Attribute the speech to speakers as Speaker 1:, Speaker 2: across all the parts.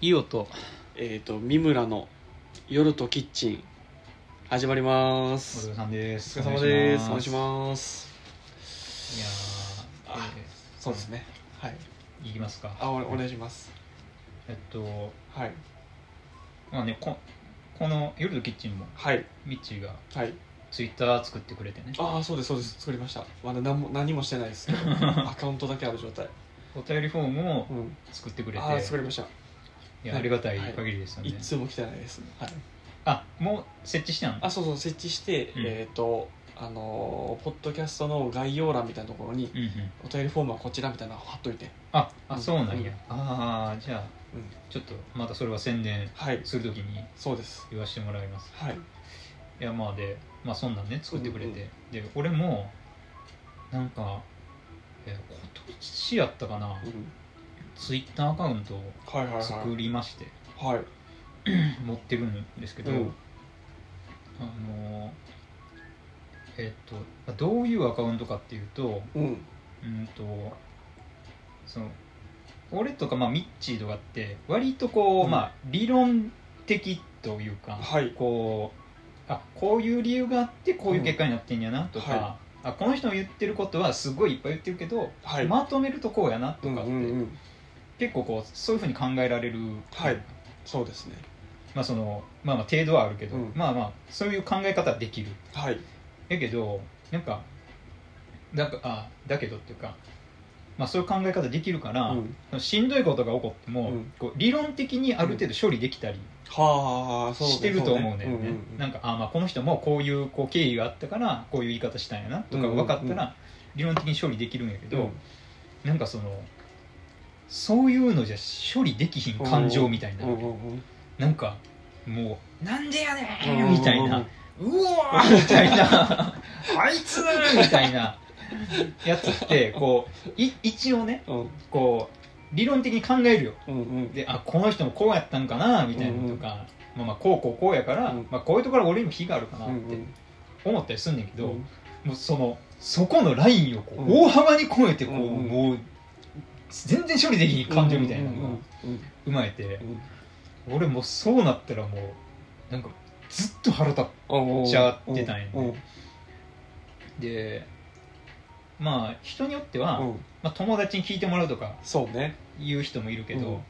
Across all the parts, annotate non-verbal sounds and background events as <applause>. Speaker 1: いい音
Speaker 2: えっ、と三村の夜とキッチン始まりま
Speaker 1: お疲
Speaker 2: す
Speaker 1: れさんです
Speaker 2: お疲れ様ですお願いし
Speaker 1: い
Speaker 2: ます
Speaker 1: やー
Speaker 2: あ
Speaker 1: え
Speaker 2: そうですねはい
Speaker 1: ーいきますか
Speaker 2: あおお願いします
Speaker 1: えっと
Speaker 2: はい
Speaker 1: まあねここの「夜のキッチン」も
Speaker 2: はい
Speaker 1: ミッチーが
Speaker 2: はい
Speaker 1: ツイッター作ってくれてね
Speaker 2: ああそうですそうです作りましたまだ何も何もしてないですけど <laughs> アカウントだけある状態
Speaker 1: お便りフォームも
Speaker 2: うん
Speaker 1: 作ってくれて、
Speaker 2: ああ作りました
Speaker 1: いやありがたい限りですよね、
Speaker 2: いつも来てないですはい
Speaker 1: あもう設置してあんの
Speaker 2: あそうそう設置して、
Speaker 1: うん
Speaker 2: えっ、とあのーポッドキャストの概要欄みたいなところに
Speaker 1: うんうん
Speaker 2: お便りフォームはこちらみたいなのを貼っといて
Speaker 1: ああそうなんや、
Speaker 2: うん
Speaker 1: ああじゃあ、
Speaker 2: うん
Speaker 1: ちょっとまたそれは宣伝
Speaker 2: はい
Speaker 1: するときに
Speaker 2: そうです
Speaker 1: 言わせてもらいます
Speaker 2: はい
Speaker 1: いやまあでまあそんなんね作ってくれて、
Speaker 2: うんうん
Speaker 1: で俺もなんか、えー今年やったかな、
Speaker 2: うん
Speaker 1: ツイッターアカウントを
Speaker 2: はいはい
Speaker 1: 作りまして、
Speaker 2: はいはい
Speaker 1: 持ってるんですけど、
Speaker 2: うん
Speaker 1: あのーえっ、とどういうアカウントかっていうと
Speaker 2: うん
Speaker 1: うんとその俺とか、まあ、ミッチーとかって割とこう、
Speaker 2: うん
Speaker 1: まあ理論的というか、
Speaker 2: はい
Speaker 1: こうあこういう理由があってこういう結果になってんやなとか、
Speaker 2: は
Speaker 1: あこの人の言ってることはすごいいっぱい言ってるけど、
Speaker 2: はい
Speaker 1: まとめるとこうやなと
Speaker 2: うん
Speaker 1: か
Speaker 2: う
Speaker 1: っ
Speaker 2: ん
Speaker 1: て、
Speaker 2: うん
Speaker 1: 結構こうそういうふうに考えられる、
Speaker 2: はいそうですね
Speaker 1: まあそのまあ、まあ程度はあるけど、
Speaker 2: うん
Speaker 1: まあまあそういう考え方はできる
Speaker 2: はい
Speaker 1: やけどなんかだかあだけどっていうか、まあ、そういう考え方できるから、
Speaker 2: うん
Speaker 1: しんどいことが起こっても、
Speaker 2: うん
Speaker 1: こう理論的にある程度処理できたり
Speaker 2: はあそうね
Speaker 1: してると思うね
Speaker 2: そ
Speaker 1: よ
Speaker 2: うね
Speaker 1: ね
Speaker 2: うんうん
Speaker 1: なんかあまあこの人もこういうこう経緯があったからこういう言い方したんやなとか分か
Speaker 2: う
Speaker 1: っ
Speaker 2: ん
Speaker 1: た
Speaker 2: うんう
Speaker 1: ら理論的に処理できるんやけ
Speaker 2: う
Speaker 1: ど、
Speaker 2: ん
Speaker 1: なんかそのそういうのじゃ処理できひん感情みたいな、
Speaker 2: うんうんうん
Speaker 1: なんかもう「なんでやね
Speaker 2: うん
Speaker 1: ん!」みたいな「うわ!」みたいな「あいつ!」みたいなやつってこうい一応ね
Speaker 2: うん
Speaker 1: こう理論的に考えるよ
Speaker 2: うんうん
Speaker 1: であこの人もこうやったんかなみたいなのとか、まあ、まあこうこうこうやから、
Speaker 2: うん
Speaker 1: まあ、こういうところは俺にも非があるかなっ
Speaker 2: うん
Speaker 1: て思ったりすんねんけ
Speaker 2: う
Speaker 1: ど、
Speaker 2: ん
Speaker 1: もうそのそこのラインをこう、
Speaker 2: うん
Speaker 1: 大幅に超えてこう、
Speaker 2: うんうん
Speaker 1: もう全然処理できない感情みたいな
Speaker 2: うんう
Speaker 1: のが
Speaker 2: んうん
Speaker 1: 生まれて
Speaker 2: う、ん
Speaker 1: 俺もうそうなったらもうなんかずっと腹立っ
Speaker 2: うん
Speaker 1: ちゃってたんやね
Speaker 2: うん
Speaker 1: てまあ人によっては、
Speaker 2: うん
Speaker 1: まあ、友達に聞いてもらうとか
Speaker 2: そうね
Speaker 1: いう人もいるけど、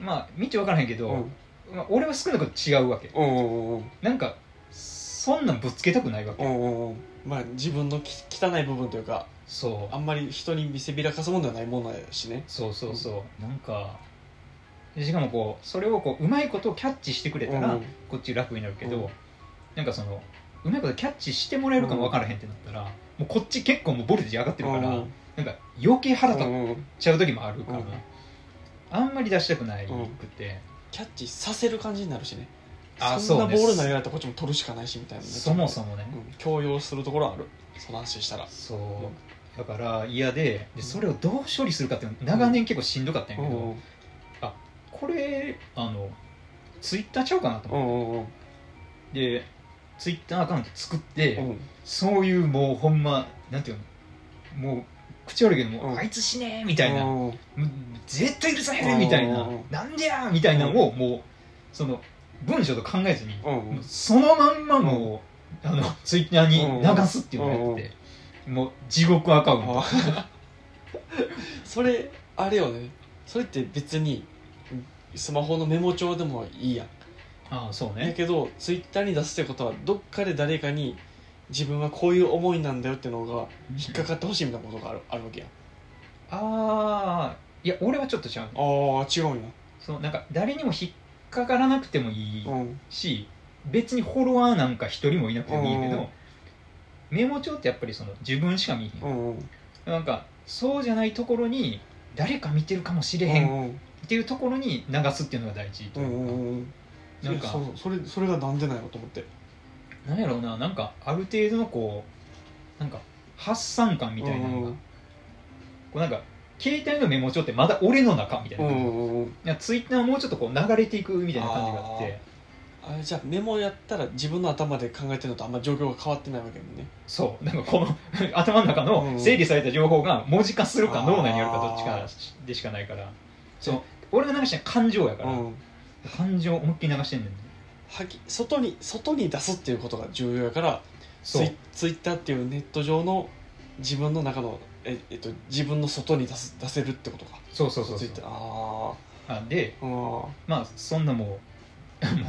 Speaker 1: まあ道分からへんけど、まあ、俺は少なくとも違うわけ。
Speaker 2: うんうんうん
Speaker 1: なんかそんなんぶつけたくないわ
Speaker 2: う
Speaker 1: け
Speaker 2: んうんうんまあ自分のき汚い部分というか
Speaker 1: そ
Speaker 2: あ
Speaker 1: うん
Speaker 2: まり人に見せびらかすもんではないものだしね
Speaker 1: そうそうそうなんかしかもこうそれをこううまいことをキャッチしてくれたら、
Speaker 2: うん
Speaker 1: こっち楽になるけど、
Speaker 2: うん
Speaker 1: なんかそのうまいことキャッチしてもらえるかも分からへんってなったら、もうこっち結構もうボルテージ上がってるから、
Speaker 2: うん
Speaker 1: なんか余計腹立
Speaker 2: う
Speaker 1: っ
Speaker 2: んうん
Speaker 1: ちゃう時もあるから、
Speaker 2: うん
Speaker 1: あんまり出したくないくて、
Speaker 2: キャッチさせる感じになるしね
Speaker 1: あ
Speaker 2: そんな
Speaker 1: そう
Speaker 2: ボ
Speaker 1: ね
Speaker 2: ール投げられたらこっちも取るしかないしみたいなね
Speaker 1: そもそもね、
Speaker 2: うん強要するところはあるその話したら
Speaker 1: そううんだから嫌ででそれをどう処理するかっていうの長年結構しんどかったんやけど、
Speaker 2: うん
Speaker 1: これあのツイッターちゃうかなと
Speaker 2: う
Speaker 1: 思っ
Speaker 2: んうん
Speaker 1: て、でツイッターアカウント作って、
Speaker 2: うん
Speaker 1: そういうもうほんまなんていうのもう口悪いけども、
Speaker 2: うん
Speaker 1: あいつ死ねーみたいな、
Speaker 2: うん
Speaker 1: もう絶対許さへんみたいな、
Speaker 2: うん
Speaker 1: なんでやーみたいなのをもうその文章と考えずに、
Speaker 2: うん
Speaker 1: もうそのまんまもう、あのツイッターに流すっていうのをやってて、もう地獄アカウン <laughs> ト、
Speaker 2: それあれよねそれって別にスマホのメモ帳でもいいやん
Speaker 1: ああそう
Speaker 2: だ
Speaker 1: ね
Speaker 2: けどツイッターに出すってことはどっかで誰かに自分はこういう思いなんだよってのが引っかかってほしいみたいなことがあるあるわけやん
Speaker 1: ああいや俺はちょっと違う
Speaker 2: ああ違うんや
Speaker 1: そうなんか誰にも引っかからなくてもいい
Speaker 2: うん
Speaker 1: し、別にフォロワーなんか一人もいなくてもいいけど、
Speaker 2: うん
Speaker 1: メモ帳ってやっぱりその自分しか見えへん、
Speaker 2: うんうん
Speaker 1: なんかそうじゃないところに誰か見てるかもしれ
Speaker 2: う
Speaker 1: へんっ
Speaker 2: ん
Speaker 1: ていうところに流すっていうのが大事と
Speaker 2: う
Speaker 1: い
Speaker 2: ん
Speaker 1: うか、
Speaker 2: うんう
Speaker 1: なんんか
Speaker 2: そうそれそれがなんでないのと思って
Speaker 1: なんやろうななんかある程度のこうなんか発散感みたいなのが、
Speaker 2: うん
Speaker 1: こうなんか携帯のメモ帳ってまだ俺の中みたいうな、
Speaker 2: んう
Speaker 1: い
Speaker 2: んうん
Speaker 1: やツイッターはもうちょっとこう流れていくみたいな感じがあって
Speaker 2: あーあれじゃあメモやったら自分の頭で考えてるのとあんま状況が変わってないわけやもんね
Speaker 1: そうなんかこの <laughs> 頭の中の整理された情報が文字化するか
Speaker 2: うん
Speaker 1: 脳内にあるかどっちかでしかないからそう俺が流してるのは感情やから、
Speaker 2: うん
Speaker 1: 感情思いっきり流してんねん
Speaker 2: はき外に外に出すっていうことが重要やからツ
Speaker 1: そう
Speaker 2: イツイッターっていうネット上の自分の中のえ、えっと、自分の外に出す出せるってことか
Speaker 1: そうそうそう
Speaker 2: ツ
Speaker 1: そう
Speaker 2: イッターあ
Speaker 1: あで
Speaker 2: ーあ
Speaker 1: まあそんなも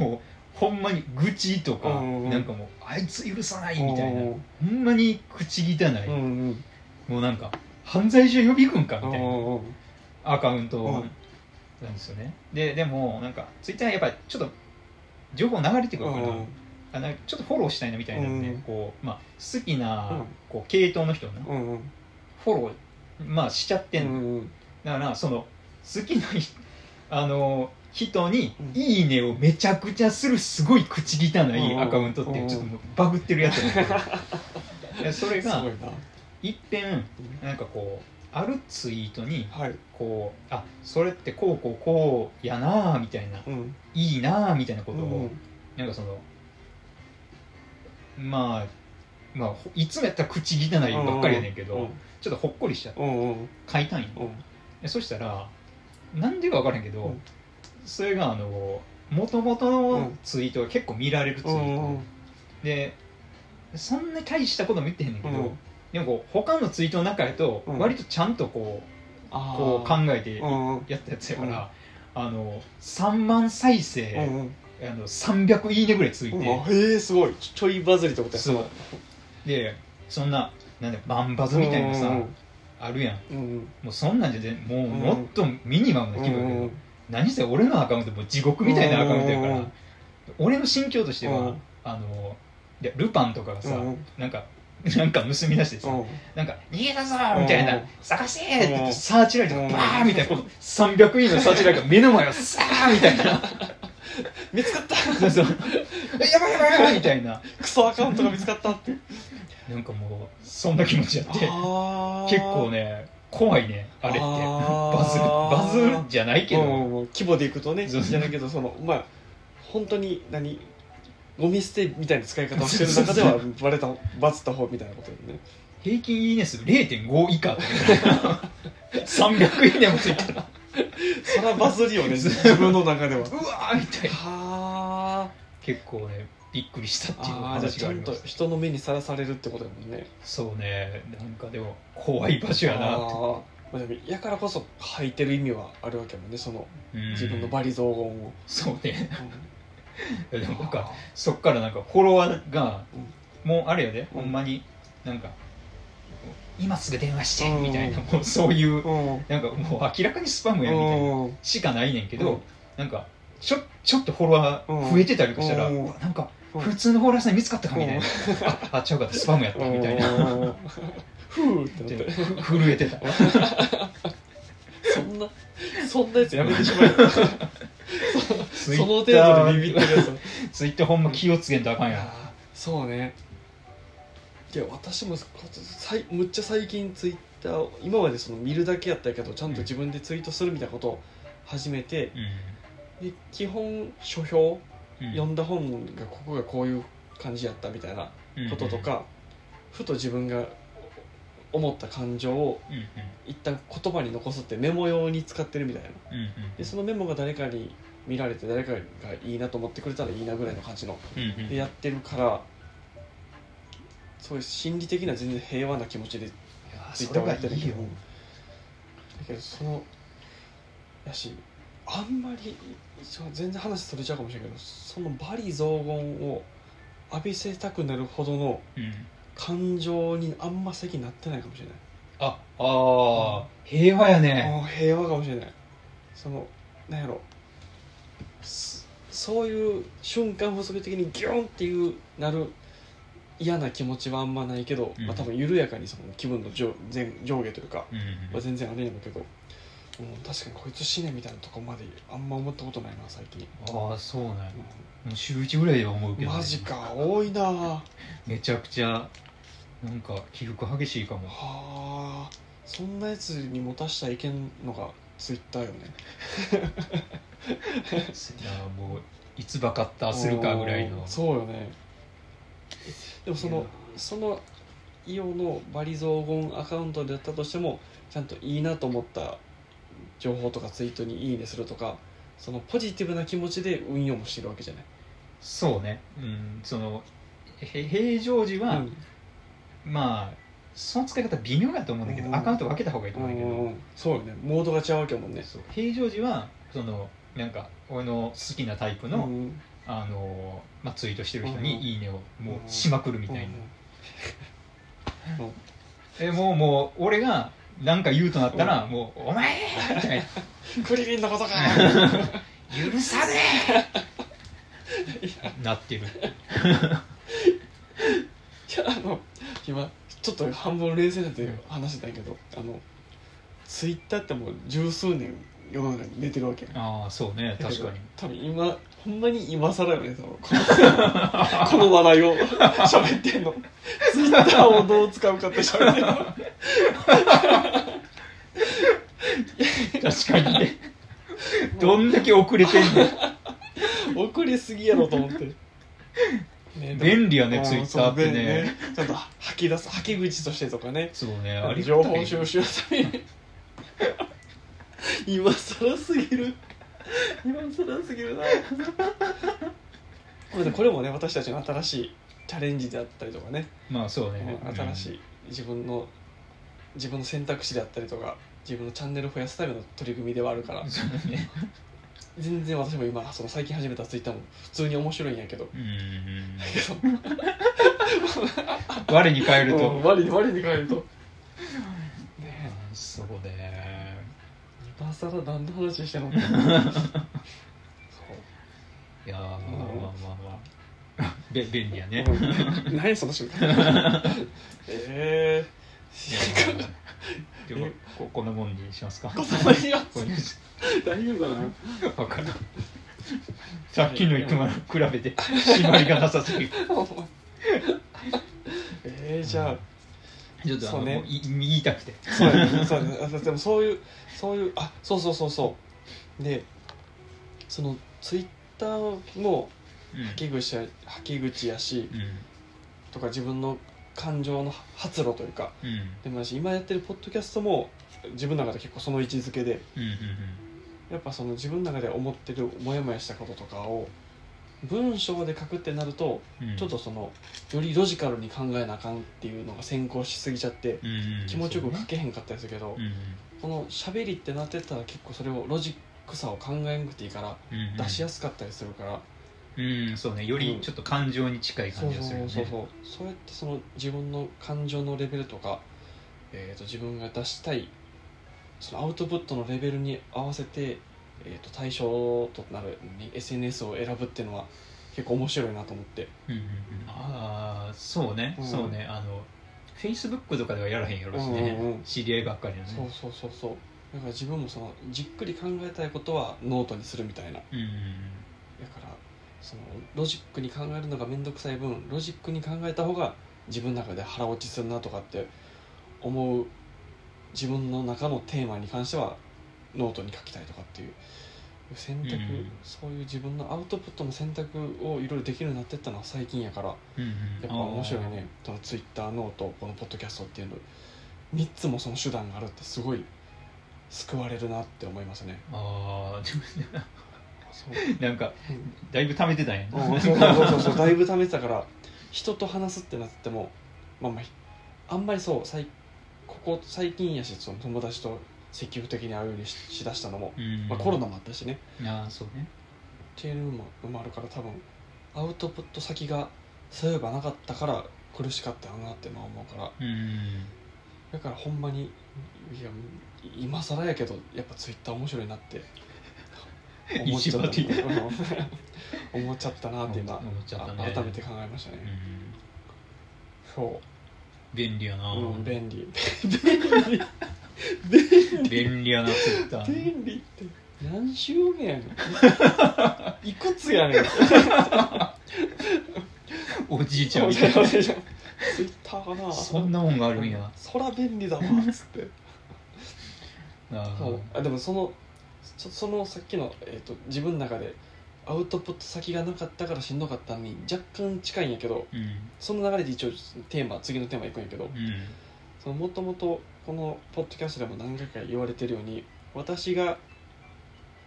Speaker 1: う <laughs> もうほんまに愚痴とか、
Speaker 2: うんうん
Speaker 1: なんかもうあいつ許さない
Speaker 2: ー
Speaker 1: みたいな、
Speaker 2: うん
Speaker 1: ほんまに口汚い、
Speaker 2: うん
Speaker 1: もうなんか犯罪者予備軍か
Speaker 2: う
Speaker 1: み
Speaker 2: ん
Speaker 1: たいな
Speaker 2: うん
Speaker 1: アカウント
Speaker 2: う
Speaker 1: なんんですよね、ででもなんかツイッターやっぱちょっと情報流れてくるから、あなんかちょっとフォローしたいなみたいなんで、
Speaker 2: うん
Speaker 1: こうまあ、好きな、
Speaker 2: うん
Speaker 1: こう系統の人をな
Speaker 2: うんうんうん
Speaker 1: フォロー、まあ、しちゃってんの、
Speaker 2: うん
Speaker 1: だからその好きな人 <laughs> あの人に
Speaker 2: う
Speaker 1: 「
Speaker 2: ん
Speaker 1: いいね」をめちゃくちゃするすごい口汚
Speaker 2: う
Speaker 1: い
Speaker 2: ん
Speaker 1: アカウントって
Speaker 2: うん
Speaker 1: ちょっともうバグってるやつやけ
Speaker 2: <laughs>
Speaker 1: どでそれ
Speaker 2: すごい
Speaker 1: が
Speaker 2: ない
Speaker 1: っぺんなんかこうあるツイートに
Speaker 2: はい
Speaker 1: こうあそれってこうこうこうやなあみたいな
Speaker 2: うん
Speaker 1: いいなあみたいなこ
Speaker 2: う
Speaker 1: と
Speaker 2: ん
Speaker 1: をなんかそのまあまあほいつもやったら口汚いばっかりやねんけ
Speaker 2: うん
Speaker 1: どちょっとほっこりしちゃって
Speaker 2: うんうん
Speaker 1: 書いたんよ
Speaker 2: うん
Speaker 1: でそしたらなんでか分からんけど、
Speaker 2: うん
Speaker 1: それがあの元々のツイートが結構見られるツイ
Speaker 2: う
Speaker 1: ート、
Speaker 2: ん
Speaker 1: でそんなに大したことも言ってへんねんけ
Speaker 2: う
Speaker 1: ど、
Speaker 2: ん
Speaker 1: でもこう他のツイートの中やと
Speaker 2: うん
Speaker 1: 割とちゃんとこう,、
Speaker 2: あ
Speaker 1: こ
Speaker 2: ー
Speaker 1: う考えて
Speaker 2: うんうん
Speaker 1: やったやつやから、あの3万再
Speaker 2: う
Speaker 1: 生、
Speaker 2: んうん
Speaker 1: あの300いいねぐらいついて、
Speaker 2: うんへえすごいちょちょいバズりってことや
Speaker 1: そうでそんななんだ万バズみたいなさ、あるやん
Speaker 2: うんうん
Speaker 1: もうそんなんじゃ全もう
Speaker 2: うん
Speaker 1: もっとミニマムな気分やけど、何せ俺のアカウントも地獄みたいなアカウントやか
Speaker 2: う
Speaker 1: ら
Speaker 2: ん
Speaker 1: 俺の心境として
Speaker 2: う
Speaker 1: は
Speaker 2: ん
Speaker 1: あのいやルパンとかがさ
Speaker 2: うん
Speaker 1: なんか <laughs> なんか盗み出して
Speaker 2: う
Speaker 1: さ
Speaker 2: ん
Speaker 1: なんか「逃げたぞ!」みたいうなん「探せ!」って言っ
Speaker 2: う
Speaker 1: て
Speaker 2: ん
Speaker 1: サーチライトが
Speaker 2: うん
Speaker 1: バーみたいなこの300位のサーチライトが目の前をさーみたい
Speaker 2: <laughs>
Speaker 1: な
Speaker 2: 見つかった
Speaker 1: そうそうえやばいやばいやばいみたいな
Speaker 2: クソアカウントが見つかったって
Speaker 1: なんかもうそんな気持ちやって
Speaker 2: あー
Speaker 1: 結構ね怖いねあれって
Speaker 2: あー
Speaker 1: バズるバズるじゃないけ
Speaker 2: う
Speaker 1: ど
Speaker 2: んうんうん規模でいくとね
Speaker 1: そう
Speaker 2: じゃないけどそのまあ本当に何ゴミ捨てみたいな使い方をしてる中ではバレたバズった方みたいなことよね
Speaker 1: 平均いいね数0.5以下300いいねもついてる
Speaker 2: それはバズるよね自分の中では
Speaker 1: うわーみたいな
Speaker 2: は
Speaker 1: 結構ねびっくりしたっていう
Speaker 2: あーじゃあ
Speaker 1: 話
Speaker 2: ち
Speaker 1: があ
Speaker 2: ゃ
Speaker 1: り
Speaker 2: ん
Speaker 1: ま
Speaker 2: と
Speaker 1: す
Speaker 2: 人の目にさらされるってことだもんね
Speaker 1: そうねなんかでも怖い場所や
Speaker 2: あ
Speaker 1: な
Speaker 2: ーまあでもやからこそ履いてる意味はあるわけやもんねその
Speaker 1: うん
Speaker 2: 自分のバリ雑言を、
Speaker 1: そうねでもなんか
Speaker 2: あ
Speaker 1: そっからなんかフォロワーがもうあれよね
Speaker 2: うん
Speaker 1: ほんまになんか今すぐ電話して
Speaker 2: うん
Speaker 1: みたいなもうそういう
Speaker 2: ーうん
Speaker 1: なんかもう明らかにスパムやみたいな
Speaker 2: うん
Speaker 1: しかないねんけ
Speaker 2: うん
Speaker 1: どなんかちょちょっとフォロワー増えてたりとかしたら
Speaker 2: うん
Speaker 1: うわなんか
Speaker 2: うん
Speaker 1: 普通のフォロワーさん見つかったかみたいなあちゃうかったスパムやったみたいな
Speaker 2: なふうってな
Speaker 1: で
Speaker 2: って
Speaker 1: ふ震えてた
Speaker 2: そんなそんなやつやめてしまえその程度でビビってるやつ
Speaker 1: ツイッターほんま気をつけんとあかん
Speaker 2: い
Speaker 1: やん
Speaker 2: やーそうねいや私もこさいむっちゃ最近ツイッターを今までその見るだけやったけどちゃんと自分でツイートするみたいなことを始めてで基本書評
Speaker 1: うん
Speaker 2: 読んだ本がここがこういう感じやったみたいなことと、かふと自分が思った感情を
Speaker 1: うんうん
Speaker 2: 一旦言葉に残すってメモ用に使ってるみたいな
Speaker 1: うんうん
Speaker 2: でそのメモが誰かに見られて誰かがいいなと思ってくれたらいいなぐらいの感じの
Speaker 1: うんうんうん
Speaker 2: でやってるからそういう心理的な全然平和な気持ちで
Speaker 1: いやー
Speaker 2: ツイッ
Speaker 1: そ
Speaker 2: タ
Speaker 1: れ
Speaker 2: ーを
Speaker 1: が
Speaker 2: やっ
Speaker 1: い
Speaker 2: てる
Speaker 1: い
Speaker 2: け
Speaker 1: よ
Speaker 2: どだけどそのやしあんまりそう全然話それちゃうかもしれないけどそのバリ雑言を浴びせたくなるほどの
Speaker 1: うん
Speaker 2: 感情にあんま最近なってないかもしれない
Speaker 1: ああー平和やね
Speaker 2: もう平和かもしれないそのなんやろそそういう瞬間法則的にギュンっていうなる嫌な気持ちはあんまないけど、
Speaker 1: うん
Speaker 2: まあ、多分緩やかにその気分の上前上下というか
Speaker 1: うんう
Speaker 2: は
Speaker 1: ん
Speaker 2: 全然あれやねんけど、うん、確かにこいつ死ねみたいなとこまであんま思ったことないな最近、
Speaker 1: ああそうなんや
Speaker 2: うん
Speaker 1: もう週一ぐらいでは思うけどね
Speaker 2: マジか多いなは
Speaker 1: めちゃくちゃなんか起伏激しいかも
Speaker 2: あそんなやつに持たしたらいけんのがツイッターよね
Speaker 1: いやーもういつバカッターするかぐらいの
Speaker 2: うんそうよねでもそのそのイオのバリ雑言アカウントでやったとしてもちゃんといいなと思った情報とかツイートに「いいね」するとかそのポジティブな気持ちで運用もしてるわけじゃない、
Speaker 1: そうね、うん、そのへ平常時は、
Speaker 2: うん
Speaker 1: まあその使い方微妙だと思うんだけ
Speaker 2: う
Speaker 1: ど
Speaker 2: ん
Speaker 1: アカウント分けた方がいいと思うんだけど、
Speaker 2: うんそうよねモードが違うわけやもんね
Speaker 1: そう平常時はそのなんか俺の好きなタイプの,、
Speaker 2: うん
Speaker 1: あのまあ、ツイートしてる人
Speaker 2: うん
Speaker 1: に「いいね」をもうしまくるみたいな、
Speaker 2: うん
Speaker 1: えもうもう俺がなんか言うとなったら、もう「お前!」みたいな
Speaker 2: クリリンのことか <laughs> い
Speaker 1: 「許さね <laughs> え!」なってる
Speaker 2: やあの今ちょっと半分冷静だって話だけどあのツイッターってもう十数年世の中に出てるわけ
Speaker 1: ああそうね確かに
Speaker 2: 多分今ほんまに今更よね多分このこの話題を喋ってんのツイッターをどう使うかって喋ってんの
Speaker 1: 確かにねどんだけ遅れてんの
Speaker 2: 遅れすぎやろと思ってね
Speaker 1: 便利やね
Speaker 2: うん
Speaker 1: Twitter ってね
Speaker 2: そう便利ちゃんと吐き出す吐き口としてとかね
Speaker 1: そうねありがたい
Speaker 2: 情報収集のために今更すぎる今更すぎるな <laughs> まあこれもね私たちの新しいチャレンジであったりとかね
Speaker 1: まあそうね
Speaker 2: うん新しい自分の自分の選択肢であったりとか自分のチャンネルを増やすための取り組みではあるから
Speaker 1: うんそうね
Speaker 2: 全然私も今その最近始めたツイッターも普通に面白いんやけど <laughs>
Speaker 1: うん
Speaker 2: だけど
Speaker 1: 我に返ると、
Speaker 2: <laughs> うん我に我に返るとね
Speaker 1: そうね
Speaker 2: え今更何の話してんのそう
Speaker 1: いやーまあま
Speaker 2: うん
Speaker 1: あまあまあべ便利やね
Speaker 2: うん何その瞬間ええ
Speaker 1: <laughs>
Speaker 2: ー、
Speaker 1: でもここんなもんにしますか
Speaker 2: こんなもんにします
Speaker 1: こんなもんにし
Speaker 2: 大丈夫かな
Speaker 1: わからんさっきの行くまで比べて
Speaker 2: <laughs>
Speaker 1: 締まりがなさすぎる <laughs>
Speaker 2: えー、じゃあ
Speaker 1: ちょっとあ
Speaker 2: そ
Speaker 1: の、
Speaker 2: うね
Speaker 1: もうい言いたくて
Speaker 2: そうやねそうやねあでもそういうそういうあそうそうそうそうでそのツイッターも
Speaker 1: うん
Speaker 2: 吐き口や吐き口やし
Speaker 1: う
Speaker 2: とか自分の感情の発露というか
Speaker 1: んうん
Speaker 2: でも私今やってるポッドキャストも自分の中で結構その位置づけで
Speaker 1: うんうん
Speaker 2: やっぱその自分の中で思ってるモヤモヤしたこととかを文章で書くってなると
Speaker 1: うんうん
Speaker 2: ちょっとそのよりロジカルに考えなあかんっていうのが先行しすぎちゃって
Speaker 1: うんうん
Speaker 2: 気持ちよ
Speaker 1: そう
Speaker 2: く
Speaker 1: ね
Speaker 2: 書けへんかったりするけど、
Speaker 1: うん
Speaker 2: この喋りってなってたら結構それをロジックさを考えなくていいから
Speaker 1: うんうん
Speaker 2: 出しやすかったりするから、
Speaker 1: うんそうねよりちょっと感情に近い
Speaker 2: そ
Speaker 1: 感
Speaker 2: う
Speaker 1: じ
Speaker 2: そ
Speaker 1: が
Speaker 2: う
Speaker 1: する
Speaker 2: そ
Speaker 1: よ
Speaker 2: う
Speaker 1: ね
Speaker 2: そうそうやってその自分の感情のレベルとか、えー、と自分が出したいそのアウトプットのレベルに合わせて、えー、と対象となるに SNS を選ぶっていうのは結構面白いなと思って
Speaker 1: うんうんうんああそうね、
Speaker 2: うん
Speaker 1: そうねあのフェイスブックとかではやらへんやろしね、
Speaker 2: うんうんうん
Speaker 1: 知り合いばっかりのね
Speaker 2: そうそうそうそうだから自分もそのじっくり考えたいことはノートにするみたいな
Speaker 1: うんうん
Speaker 2: だからそのロジックに考えるのが面倒くさい分ロジックに考えた方が自分の中で腹落ちするなとかって思う自分の中のテーマに関してはノートに書きたいとかっていう選択、
Speaker 1: うん
Speaker 2: そういう自分のアウトプットの選択をいろいろできるようになってったのは最近やからやっ
Speaker 1: うんうん
Speaker 2: ぱ面白いねそのツイッターノートこのポッドキャストっていうの3つもその手段があるってすごい救われるなって思いますね。
Speaker 1: あーあー <laughs> でも
Speaker 2: そう
Speaker 1: なんか
Speaker 2: うん
Speaker 1: だいぶ溜めてたんやな
Speaker 2: うんそうそうそうそうそうだいぶ貯めてたから人と話すってなってもまあまあひあんまりそう最ここ最近やしその友達と積極的に会うようにししだしたのも、
Speaker 1: うん
Speaker 2: まあ、コロナもあったしね
Speaker 1: ああそうね
Speaker 2: っていうのももあるから多分アウトプット先がそういえばなかったから苦しかったよなってのは思うから
Speaker 1: うん
Speaker 2: だからほんまにいや今更やけどやっぱツイッター面白いな
Speaker 1: <laughs>
Speaker 2: って思っちゃった
Speaker 1: 一番
Speaker 2: うん思っちゃったなって今
Speaker 1: 思っちゃった
Speaker 2: あ
Speaker 1: ね
Speaker 2: 改めて考えましたね、
Speaker 1: うん
Speaker 2: そ
Speaker 1: 便利やな、
Speaker 2: う、うん、便利
Speaker 1: 便利やなツイッタ
Speaker 2: <laughs>
Speaker 1: ー
Speaker 2: 便利って何週目やね
Speaker 1: <laughs>
Speaker 2: んいくつやねん
Speaker 1: おじいちゃ
Speaker 2: <laughs>
Speaker 1: んみたいな
Speaker 2: ツイッターかな
Speaker 1: そんなもんがあるんや
Speaker 2: そら便利だわっつって
Speaker 1: あ
Speaker 2: そうあでもそのそそのさっきの、えー、と自分の中でアウトプット先がなかったからしんどかったのに若干近いんやけど
Speaker 1: ーうん
Speaker 2: その流れで一応テーマ次のテーマいくんやけど
Speaker 1: うん
Speaker 2: もともとこのポッドキャストでも何回か言われてるように私が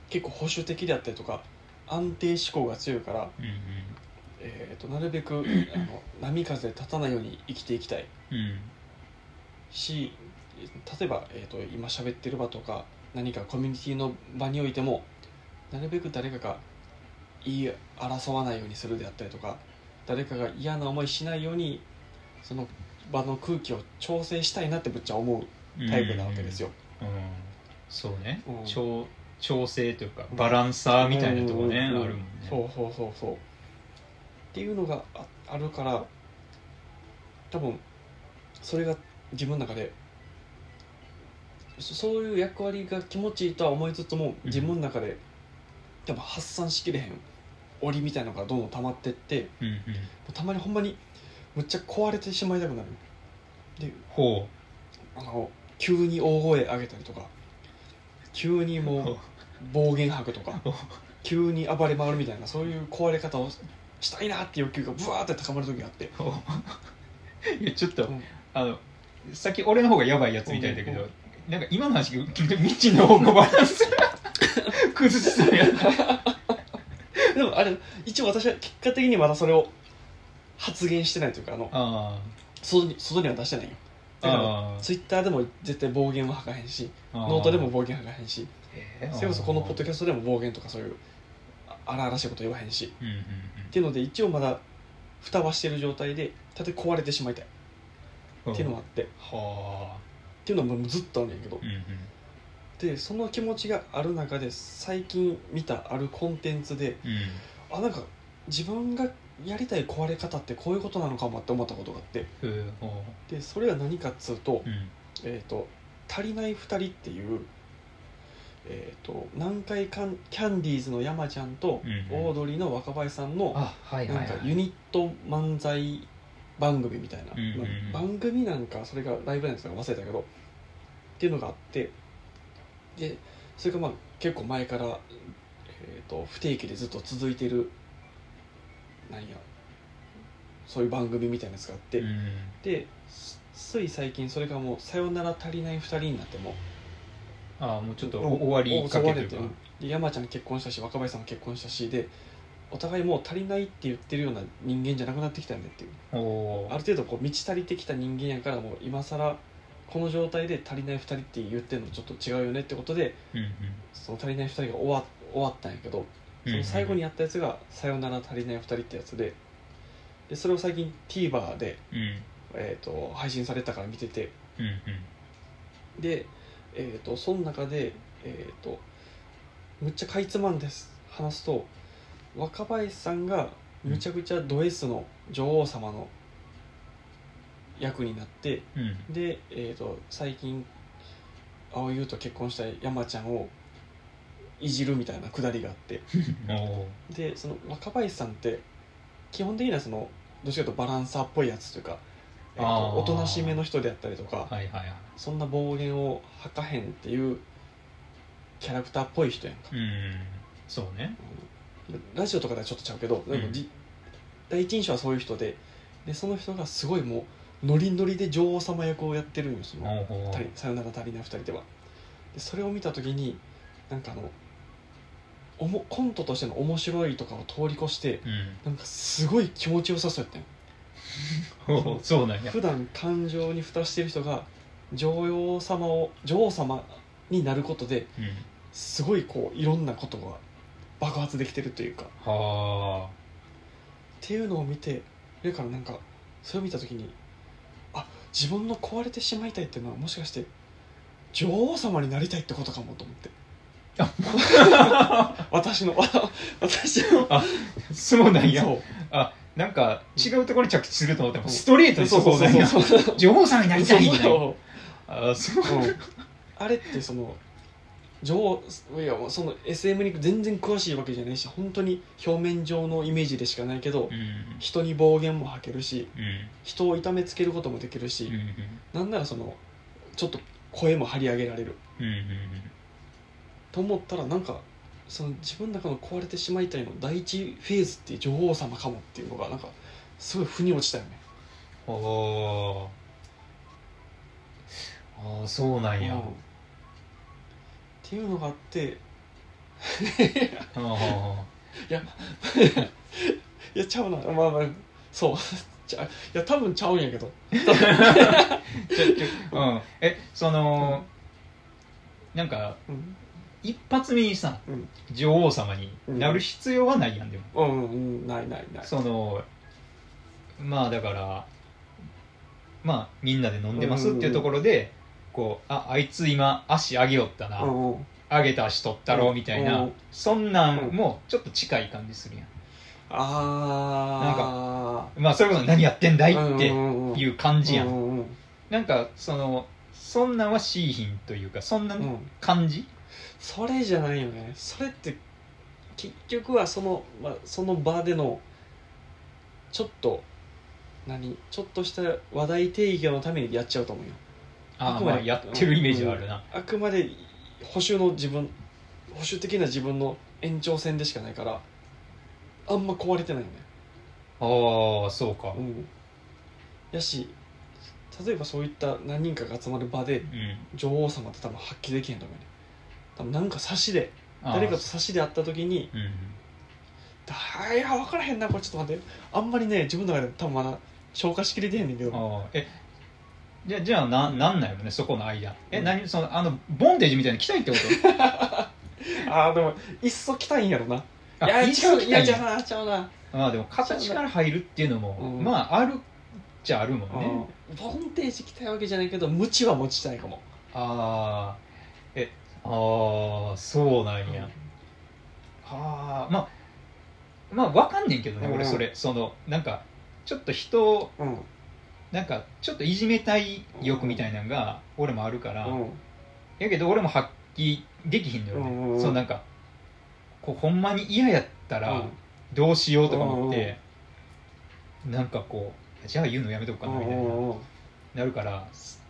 Speaker 2: 結構保守的であったりとか安定志向が強いから、
Speaker 1: うん
Speaker 2: えー、となるべくあの波風立たないように生きていきたい
Speaker 1: うん
Speaker 2: し例えば、えー、と今喋ってる場とか何かコミュニティの場においてもなるべく誰かが言い争わないようにするであったりとか誰かが嫌な思いしないようにその場の空気を調整したいなってぶっちゃ思う
Speaker 1: うん
Speaker 2: タイプなわけですよ。
Speaker 1: うんそうね
Speaker 2: うん
Speaker 1: 調調整というかバランサーみたいなとこねあ
Speaker 2: うんうんうん
Speaker 1: るもんね
Speaker 2: そうそうそうそうっていうのがああるから多分それが自分の中でそそういう役割が気持ちいいとは思いつつも自分の中で多分発散しきれへん檻みたいなのがどんどん溜まってっても
Speaker 1: うんうん
Speaker 2: うたまにほんまにむっちゃ壊れてしまいたくなるで
Speaker 1: ほ
Speaker 2: あの急に大声上げたりとか急に
Speaker 1: う <laughs>
Speaker 2: もう暴言吐くとか
Speaker 1: ほう
Speaker 2: 急に暴れ回るみたいなそういう壊れ方をしたいなって欲求がブワーって高まる時があって
Speaker 1: ほうい <laughs> やちょっと、
Speaker 2: うん
Speaker 1: あのさっき俺の方がやばいやつみたいだけど、
Speaker 2: うん
Speaker 1: なんか今の話聞いて未知の方がバ <laughs> ランスが崩しそうや
Speaker 2: <laughs>
Speaker 1: な
Speaker 2: でもあれ一応私は結果的にまだそれを発言してないというかあの
Speaker 1: あ
Speaker 2: 外に外には出してないよ
Speaker 1: ー
Speaker 2: だか
Speaker 1: あ
Speaker 2: らツイッターでも絶対暴言は吐かへんしノートでも暴言吐かへんしそれこそこのポッドキ
Speaker 1: ャス
Speaker 2: ャストでも暴言とかそういうあ荒々しいこと言わへんし
Speaker 1: トうんうんうん
Speaker 2: っていうので一応まだ蓋はしてる状態でたとえ壊れてしまいたいっていうのもあってっ
Speaker 1: はあ
Speaker 2: ていうのはもうずっとあるんやけど
Speaker 1: うんうん
Speaker 2: でその気持ちがある中で最近見たあるコンテンツで
Speaker 1: うん
Speaker 2: あなんか自分がやりたい壊れ方ってこういうことなのかもって思ったことがあって
Speaker 1: ふうほ
Speaker 2: でそれは何かっつうと
Speaker 1: ううん
Speaker 2: 「えー、と足りない二人」っていう、えー、と南海かんキャンディーズの山ちゃんと
Speaker 1: うんうん
Speaker 2: オードリーの若林さんの
Speaker 1: あはい
Speaker 2: なんかユニット漫才番組みたいな、
Speaker 1: うんうんうん
Speaker 2: まあ番組なんかそれがライブなんですか忘れたけどっていうのがあってでそれがまあ結構前から、えー、と不定期でずっと続いてるなんやそういう番組みたいなやつがあって、
Speaker 1: うん
Speaker 2: でつつい最近それがもう「さよなら足りない2人」になっても
Speaker 1: ああもうちょっとお終わりかけというか
Speaker 2: 終われてで山ちゃん結婚したし若林さんも結婚したしでお互いもう足りないって言ってるような人間じゃなくなってきたよねっていう
Speaker 1: お
Speaker 2: ある程度こう満ち足りてきた人間やからもう今更この状態で足りない2人って言ってるのちょっと違うよねってことで
Speaker 1: うんうん
Speaker 2: その足りない2人が終わ終わったんやけどその最後にやったやつが「さよなら足りない2人」ってやつででそれを最近 TVer で、
Speaker 1: うん
Speaker 2: えー、と配信されたから見てて
Speaker 1: うん
Speaker 2: で、えー、とその中で、えー、とむっちゃかいつまんです話すと若林さんがむちゃくちゃド S の女王様の役になって
Speaker 1: うんうん
Speaker 2: で、えー、と最近蒼井優と結婚した山ちゃんをいじるみたいなくだりがあって
Speaker 1: うんお
Speaker 2: でその若林さんって基本的にはそのどっちかというとバランサーっぽいやつというか、えー
Speaker 1: あー
Speaker 2: とおとなしめの人であったりとか、
Speaker 1: ーはいはいはい
Speaker 2: そんな暴言を吐かへんっていうキャラクターっぽい人やんか、
Speaker 1: うんそうね
Speaker 2: ラジオとかではちょっとちゃうけど、でもじ第一印象はそういう人ででその人がすごいもうノリノリで女王様役をやってるんよその
Speaker 1: おお
Speaker 2: 足りさよなら足りない2人ではでそれを見た時になんかあのおもコントとしての面白いとかを通り越して
Speaker 1: うん
Speaker 2: なんかすごい気持ちよさそうやったんよ
Speaker 1: おー <laughs> そうなんや
Speaker 2: 普段感情に蓋してる人が女王様を女王様になることで
Speaker 1: うん
Speaker 2: すごいこういろんなことが爆発できてるというかっ
Speaker 1: は
Speaker 2: ていうのを見てだからなんかそれを見た時にあ自分の壊れてしまいたいっていうのはもしかして女王様になりたいってことかもと思って
Speaker 1: あ
Speaker 2: <laughs> 私のわ私の
Speaker 1: あそうなんや
Speaker 2: そう
Speaker 1: あなんか違うところに着地すると思ってもストレートにそうなんや
Speaker 2: そうそうそう
Speaker 1: 女王さんになりたいみたいな
Speaker 2: そう
Speaker 1: あーそう
Speaker 2: うんあれってその女王いやその SM に全然詳しいわけじゃないし本当に表面上のイメージでしかないけど、
Speaker 1: うん
Speaker 2: 人に暴言も吐けるし
Speaker 1: うん
Speaker 2: 人を痛めつけることもできるし、
Speaker 1: うん
Speaker 2: なんならそのちょっと声も張り上げられる
Speaker 1: うんうん
Speaker 2: と思ったらなんかその自分の中の壊れてしまいたいの第一フェーズっていう女王様かもっていうのがなんかすごい腑に落ちたよね、
Speaker 1: うんおーあーそうなんや
Speaker 2: うんっっていうのがあって
Speaker 1: ほうほうほ
Speaker 2: いやいやちゃうなまあまあそう <laughs> ちゃいや多分ちゃうんやけど
Speaker 1: うちょちょうんえそのなんか
Speaker 2: うん
Speaker 1: 一発目にさ
Speaker 2: うん
Speaker 1: 女王様になる必要はないやんでも
Speaker 2: うんうんないないない
Speaker 1: そのまあだからまあみんなで飲んでますっていうところでこうああいつ今足上げよったな、
Speaker 2: うんうん
Speaker 1: 上げた足取ったろみたいな、
Speaker 2: うん
Speaker 1: そんなんもちょっと近い感じするやん、
Speaker 2: あ
Speaker 1: まあそれこそ何やってんだい
Speaker 2: ー
Speaker 1: って
Speaker 2: うんうんうん
Speaker 1: いう感じやん、
Speaker 2: うんうん
Speaker 1: なんかそのそんなんはしいひんというかそんな
Speaker 2: うん
Speaker 1: 感じ、
Speaker 2: それじゃないよねそれって結局はその,、まあ、その場でのちょっと何ちょっとした話題提供のためにやっちゃうと思うよ
Speaker 1: あ
Speaker 2: あ
Speaker 1: あ
Speaker 2: く
Speaker 1: ま
Speaker 2: ま
Speaker 1: あ
Speaker 2: で
Speaker 1: やってるイメージはあるな、
Speaker 2: あくまで補修の自分補修的な自分の延長線でしかないからあんま壊れてないよね
Speaker 1: ああそうか
Speaker 2: うんやし例えばそういった何人かが集まる場で
Speaker 1: うん
Speaker 2: 女王様って多分発揮できへんと思うよね多分なんか差しで
Speaker 1: あー
Speaker 2: 誰かと差しで会った時に
Speaker 1: うん
Speaker 2: だいや分からへんなこれちょっと待ってあんまりね自分の中で多分まだ消化しきれてへんねんけど
Speaker 1: ああえじゃあじゃあななんなんやろねそこの間え、
Speaker 2: うん
Speaker 1: 何そのあのボンデージみたいなの着たいってこと
Speaker 2: <laughs> ああでもいっそ来たいんやろない
Speaker 1: あ
Speaker 2: や違
Speaker 1: 一緒
Speaker 2: う
Speaker 1: 着
Speaker 2: い
Speaker 1: た
Speaker 2: や
Speaker 1: ん
Speaker 2: ちゃ
Speaker 1: や
Speaker 2: うなちゃうな
Speaker 1: まあでも形から入るっていうのも、
Speaker 2: うん
Speaker 1: まああるっちゃあるもんね
Speaker 2: うんボンテージ来たいわけじゃないけど無知は持ちたいかも
Speaker 1: ああえああそうなんや、ああまあまあわかんねんけどね、
Speaker 2: うん
Speaker 1: 俺それそのなんかちょっと人を
Speaker 2: うん
Speaker 1: なんかちょっといじめたい欲みたいなのが俺もあるから、
Speaker 2: うん
Speaker 1: やけど俺も発揮できひんのよね、
Speaker 2: うんうん
Speaker 1: そのなんかこうほんまに嫌やったらどうしようとか思って、なんかこうじゃあ言うのやめとくかなみたいな、なるから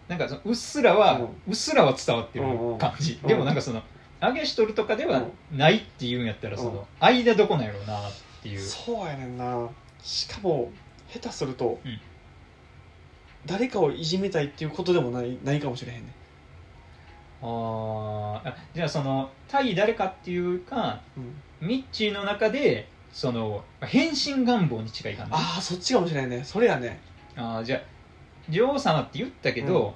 Speaker 1: なんかそのうっすらは、
Speaker 2: う
Speaker 1: うんっすらは伝わってる
Speaker 2: うんうん
Speaker 1: 感じ、
Speaker 2: うん
Speaker 1: でもなんかその上げしとるとかではないっていうんやったら、
Speaker 2: うん
Speaker 1: その間どこなんやろうなっていう、
Speaker 2: そうやねんなしかも下手すると、
Speaker 1: うん
Speaker 2: 誰かをいじめたいっていうことでもないないかもしれへんね
Speaker 1: あーあじゃあその対誰かっていうか
Speaker 2: ん、うん
Speaker 1: ミッチーの中でその変身願望に近い感じ
Speaker 2: ああそっちかもしれないねそれやね
Speaker 1: ああじゃあ女王様って言ったけど、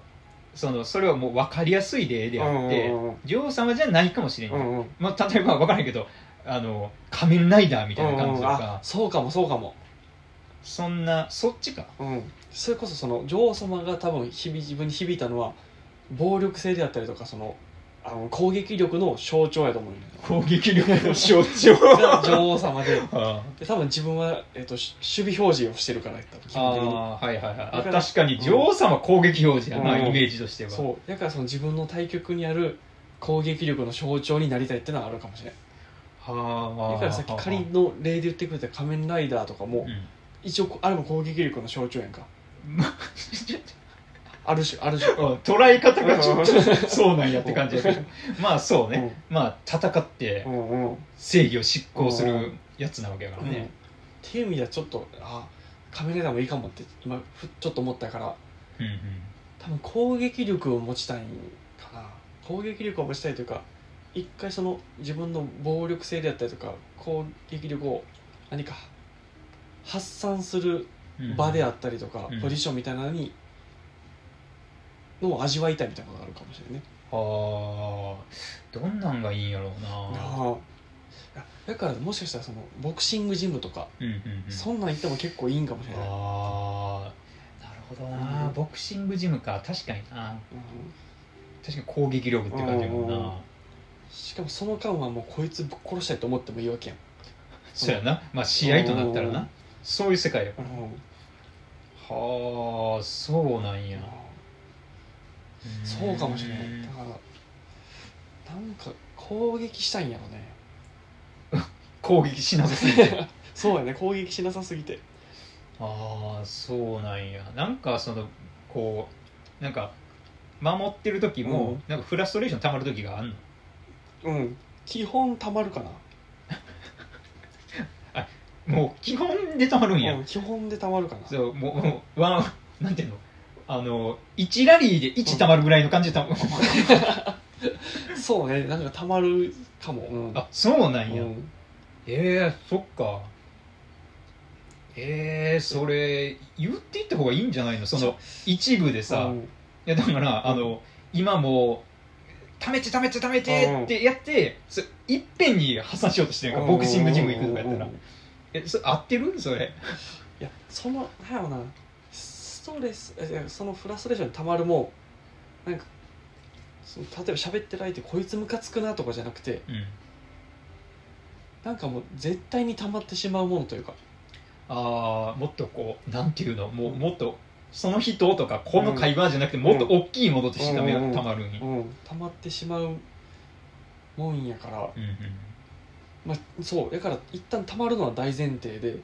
Speaker 1: そのそれはもう分かりやすい例であって、
Speaker 2: うんうん
Speaker 1: 女王様じゃないかもしれ
Speaker 2: う
Speaker 1: ない、
Speaker 2: んうん
Speaker 1: まあ、例えば分からんけどあの仮面ライダーみたいな感じと
Speaker 2: うんうんあ
Speaker 1: か、
Speaker 2: そうかもそうかも、
Speaker 1: そんなそっちか
Speaker 2: うん、それこそその女王様が多分日々自分に響いたのは暴力性であったりとかそのあの攻撃力の象徴やと思うねん
Speaker 1: <laughs>
Speaker 2: だ
Speaker 1: 攻撃力の象 <laughs> 徴
Speaker 2: が女王様で
Speaker 1: あ
Speaker 2: で多分自分は、えっとし守備表示をしてるからやった基
Speaker 1: あ
Speaker 2: 本的に
Speaker 1: はいはいはい
Speaker 2: だ
Speaker 1: あ
Speaker 2: から
Speaker 1: 確かに女王様攻撃表示やな、
Speaker 2: うん
Speaker 1: イメージとしては
Speaker 2: そうだからその自分の対局にある攻撃力の象徴になりたいってのはあるかもしれない
Speaker 1: はあ
Speaker 2: だからさっき仮の例で言ってくれた仮面ライダーとかも
Speaker 1: <laughs> う
Speaker 2: 一応あれも攻撃力の象徴やんか
Speaker 1: んま
Speaker 2: ある種ある種
Speaker 1: あ捉え方がちょっとそうなんやって感じだけどまあそうね、まあ戦って
Speaker 2: うんうんうん
Speaker 1: 正義を執行するやつなわけやから
Speaker 2: ね
Speaker 1: ね、
Speaker 2: っていう意味ではちょっとあカメライダーもいいかもって今ふちょっと思ったから
Speaker 1: うんうん
Speaker 2: 多分攻撃力を持ちたいかな攻撃力を持ちたいというか一回その自分の暴力性であったりとか攻撃力を何か発散する
Speaker 1: うん
Speaker 2: 場であったりとか、
Speaker 1: うん
Speaker 2: ポジションみたいなのにのを味わいたいみたいなことがあるかもしれないね
Speaker 1: はあどんなんがいいんやろうな
Speaker 2: ああだからもしかしたらそのボクシングジムとか、
Speaker 1: うんうんうん
Speaker 2: そんなん行っても結構いいんかもしれない、
Speaker 1: ああなるほどな、
Speaker 2: うん
Speaker 1: ボクシングジムか確かにな
Speaker 2: うん
Speaker 1: 確かに攻撃力って感じやもんな、
Speaker 2: うんしかもその間はもうこいつぶっ殺したいと思ってもいいわけやん、
Speaker 1: そうやなまあ試合となったらな、
Speaker 2: うん
Speaker 1: そういう世界やはあそうなんや
Speaker 2: そうかもしれな
Speaker 1: う
Speaker 2: い
Speaker 1: ん
Speaker 2: だからなんか攻撃したいんやろね
Speaker 1: 攻撃しなさ <laughs> すぎて
Speaker 2: <laughs> そうやね攻撃しなさすぎて
Speaker 1: ああそうなんやなんかそのこうなんか守ってる時も、
Speaker 2: うん
Speaker 1: なんかフラストレーション溜まる時があんの
Speaker 2: うん基本たまるかな、
Speaker 1: もう基本で溜まるんや、
Speaker 2: うん基本でたまるかな
Speaker 1: そうもうもうワンなんていうのあの1ラリーで1溜まるぐらいの感じで溜まる、
Speaker 2: そうねなんかたまるかも、うん、
Speaker 1: あそうなんや、
Speaker 2: うん
Speaker 1: えー、そっかえー、それ言っていった方がいいんじゃないのその一部でさ、
Speaker 2: う
Speaker 1: い
Speaker 2: ん
Speaker 1: やだからあの今も貯めて貯めて貯めてってやって、それいっぺんに破産しようとしてるからボクシングジム行くとかやったら、
Speaker 2: うんい
Speaker 1: えそれ合ってるそれ
Speaker 2: やそのなんやろなストレスいやそのフラストレーションにたまるもなんかその例えば喋ってる相手こいつムカつくなとかじゃなくて
Speaker 1: うん
Speaker 2: なんかもう絶対にたまってしまうものというか
Speaker 1: あーもっとこうなんていうのもうもっとその人とかこの会話じゃなくてもっと大きいものとしてため
Speaker 2: うん
Speaker 1: たまるに、うん
Speaker 2: うん、溜まってしまうもんやから、
Speaker 1: うん
Speaker 2: まあ、そうだから一旦溜まるのは大前提で
Speaker 1: うんうん、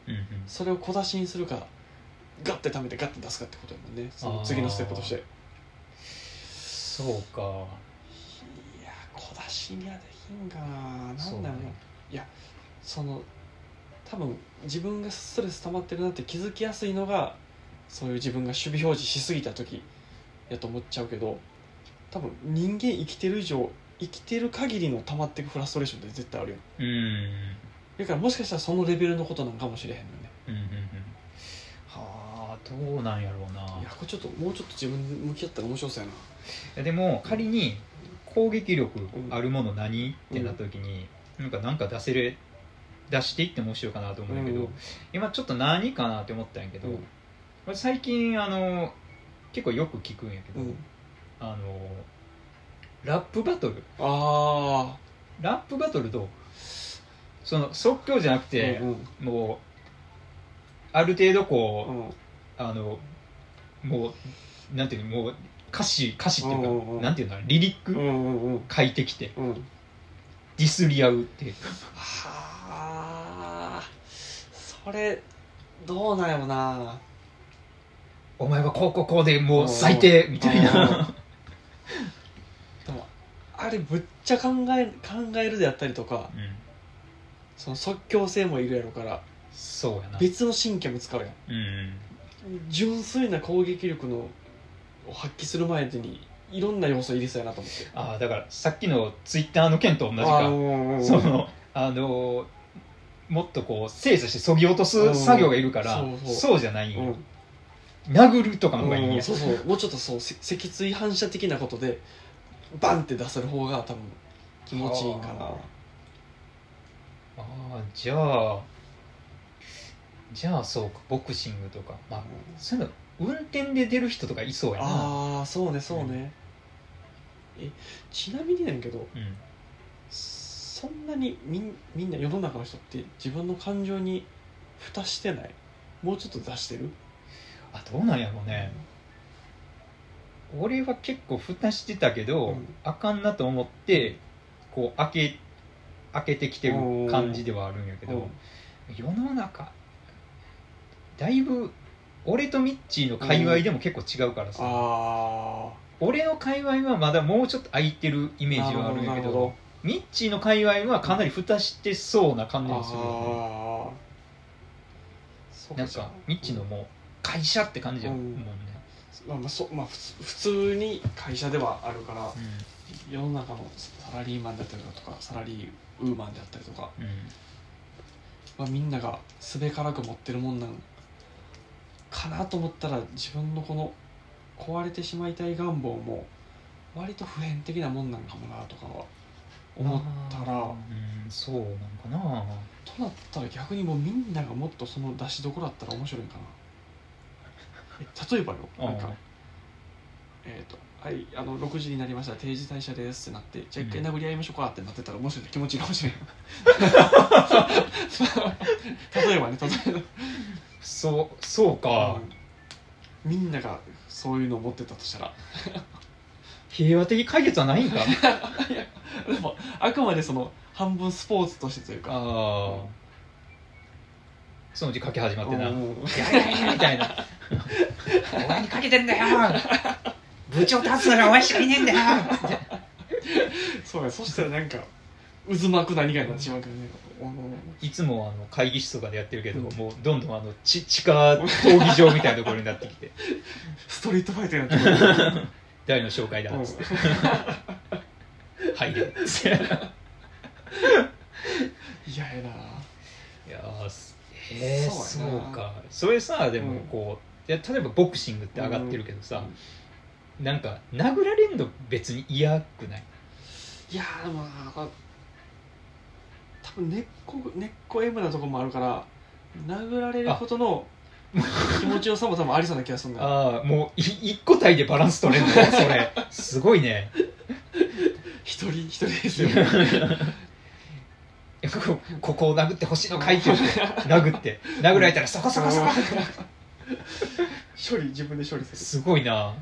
Speaker 2: それを小出しにするかガッて溜めてガッて出すかってことやもんねその次のステップとしてい
Speaker 1: そうか
Speaker 2: や小出しにはできんかななんだ
Speaker 1: そ
Speaker 2: ろ
Speaker 1: う
Speaker 2: うなその多分自分がストレス溜まってるなって気づきやすいのがそういう自分が守備表示しすぎた時やと思っちゃうけど多分人間生きてる以上生きてる限りの溜まっていくフラストレーションって絶対あるよ
Speaker 1: うん
Speaker 2: だからもしかしたらそのレベルのことなんかもしれへんのね
Speaker 1: うんうんうんはあどうなんやろうない
Speaker 2: やこれちょっともうちょっと自分に向き合ったら面白そうやない
Speaker 1: やでも仮に攻撃力あるもの何、ってなった時になんかなんか出せる出していっても面白いかなと思うんだけど、
Speaker 2: うん
Speaker 1: 今ちょっと何かなって思ったんやけど、
Speaker 2: うん
Speaker 1: 俺最近あの結構よく聞くんやけど、
Speaker 2: うん
Speaker 1: あのラップバトル
Speaker 2: あ
Speaker 1: ラップバトルとその即興じゃなく
Speaker 2: あ
Speaker 1: て
Speaker 2: う、ん
Speaker 1: もうある程度こ
Speaker 2: う
Speaker 1: う、
Speaker 2: んうん
Speaker 1: あのもうなんていうのもう歌詞歌詞っていうか、
Speaker 2: うんうんうん
Speaker 1: なんていうのリリック、
Speaker 2: うんうんうん
Speaker 1: 書いてきて
Speaker 2: うん
Speaker 1: ディスり合うっていう
Speaker 2: はあそれどうなんやろな
Speaker 1: お前はこうこうこうでも
Speaker 2: う
Speaker 1: うん最低みたいな
Speaker 2: <laughs> でもあれぶっちゃ考え考えるであったりとか
Speaker 1: うん
Speaker 2: その即興性もいるやろから
Speaker 1: そうやな
Speaker 2: 別の神経も使うやん
Speaker 1: うん
Speaker 2: 純粋な攻撃力のを発揮する前にいろんな要素入れそうやなと思って
Speaker 1: ああだからさっきのツイッターの件と同じ
Speaker 2: あー
Speaker 1: か
Speaker 2: うんうんうん
Speaker 1: そのあのーもっとこう精査してそぎ落と
Speaker 2: う
Speaker 1: す
Speaker 2: ん
Speaker 1: 作業がいるから
Speaker 2: そうそう
Speaker 1: そうじゃないん
Speaker 2: う
Speaker 1: よ
Speaker 2: ん
Speaker 1: 殴るとかの方がいいん
Speaker 2: う
Speaker 1: や
Speaker 2: んそうそうもうちょっとそうせ脊椎反射的なことでバンって出せる方が多分気持ちいいんかな
Speaker 1: あああじゃあじゃあそうかボクシングとかまあそういうの運転で出る人とかいそうやな
Speaker 2: ああそうねそうね、えちなみになんやけど
Speaker 1: うん
Speaker 2: そんなにみんみんな世の中の人って自分の感情に蓋してないもうちょっと出してる
Speaker 1: あどうなんやろうね俺は結構蓋してたけど、
Speaker 2: うん
Speaker 1: あかんなと思ってこう開け開けてきてる感じではあるんやけ
Speaker 2: うん
Speaker 1: ど世の中だいぶ俺とミッチーの界隈でも結構違うからさ、
Speaker 2: あ
Speaker 1: 俺の界隈はまだもうちょっと空いてるイ
Speaker 2: ー
Speaker 1: メー
Speaker 2: な
Speaker 1: ジ
Speaker 2: る
Speaker 1: はあ
Speaker 2: ほ
Speaker 1: る
Speaker 2: ど
Speaker 1: んや
Speaker 2: な
Speaker 1: け
Speaker 2: る
Speaker 1: ど
Speaker 2: ほど
Speaker 1: ミッチーの界隈はかなり蓋してそうな感じがするよね、
Speaker 2: ああそう
Speaker 1: なんかミッチーのもう会社って感じやもんね、
Speaker 2: まあまあそうまあ、普通普通に会社ではあるから
Speaker 1: うん
Speaker 2: 世の中のサラリーマンであったりだとかサラリーウーマンであったりとか、
Speaker 1: うん
Speaker 2: まあ、みんながすべからく持ってるもんなんかなと思ったら自分のこの壊れてしまいたい願望も割と普遍的なもんなんかもなとかは思ったら
Speaker 1: うんそうなんかな
Speaker 2: となったら逆にもうみんながもっとその出しどころだったら面白いんかなえ例えばよなん
Speaker 1: う
Speaker 2: か
Speaker 1: ん
Speaker 2: えっ、とはいあの6時になりました定時退社ですってなってじゃあ一回
Speaker 1: うん
Speaker 2: 殴り合いましょうかってなってたら面白い気持ちいいかもしれん <laughs> 例えばね例えば
Speaker 1: そうそうか、
Speaker 2: みんながそういうのを持ってたとしたら
Speaker 1: 平和的解決はないん
Speaker 2: <laughs>
Speaker 1: か
Speaker 2: でもあくまでその半分スポーツとしてという
Speaker 1: あ
Speaker 2: か
Speaker 1: あそのうちかけ始まってな「
Speaker 2: う
Speaker 1: い
Speaker 2: ん
Speaker 1: やいやいや」みたい
Speaker 2: <laughs>
Speaker 1: な「お前にかけてんだよ部長立つならお前しかいねえんだよ」
Speaker 2: そうやそしたらなんか渦巻く何かになってしまうからね、うん
Speaker 1: いつもあの会議室とかでやってるけど、
Speaker 2: うん
Speaker 1: もうどんどんあのち地下闘技場みたいなところになってきて
Speaker 2: ストリートファイターになってくる
Speaker 1: 「大の紹介だ」っつって、
Speaker 2: うん
Speaker 1: 入れって
Speaker 2: 嫌やない
Speaker 1: やーすえー、
Speaker 2: そ
Speaker 1: そう
Speaker 2: やな
Speaker 1: うかそれさでも
Speaker 2: うん
Speaker 1: こう、いや例えばボクシングって上がってるけどさ、なんか殴られんの別に嫌くない
Speaker 2: いやーまあ多分根っこ根っこ M なとこもあるから殴られることの気持ちよさも多分ありそうな気がするんだよ
Speaker 1: ああもうい一個体でバランス取れる <laughs> のそれすごいね
Speaker 2: 一人一人で
Speaker 1: <laughs>
Speaker 2: すよ
Speaker 1: いやここここを殴ってほしいのかいって言う
Speaker 2: <laughs>
Speaker 1: て殴って殴られたらそこそこそこ
Speaker 2: 処理自分で処理す
Speaker 1: すごいな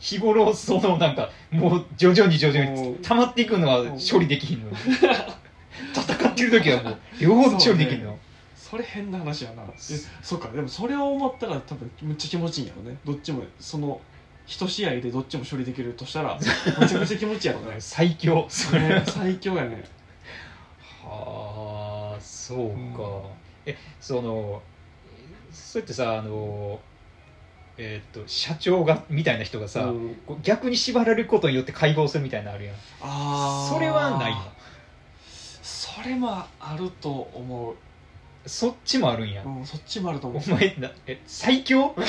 Speaker 1: 日頃そのなんかもう徐々に徐々に溜まっていくのは処理できひんのに戦ってる時はもう両方処理できんの、
Speaker 2: るそれ変な話やなえそうかでもそれを思ったら多分むっちゃ気持ちいいんやろねどっちもその一試合でどっちも処理できるとした <laughs> らめちゃめちゃ気持ちいいやろね
Speaker 1: 最強それ、
Speaker 2: ね最強やね
Speaker 1: はあそうか、
Speaker 2: うん
Speaker 1: えそのそうやってさあのえーっと社長がみたいな人がさ、
Speaker 2: うん
Speaker 1: こう逆に縛られることによって解放するみたいなのあるやん
Speaker 2: あー
Speaker 1: それはないの
Speaker 2: それもあると思う、
Speaker 1: そっちもあるんや、
Speaker 2: うん、そっちもあると思う
Speaker 1: お前なえ最強 <laughs>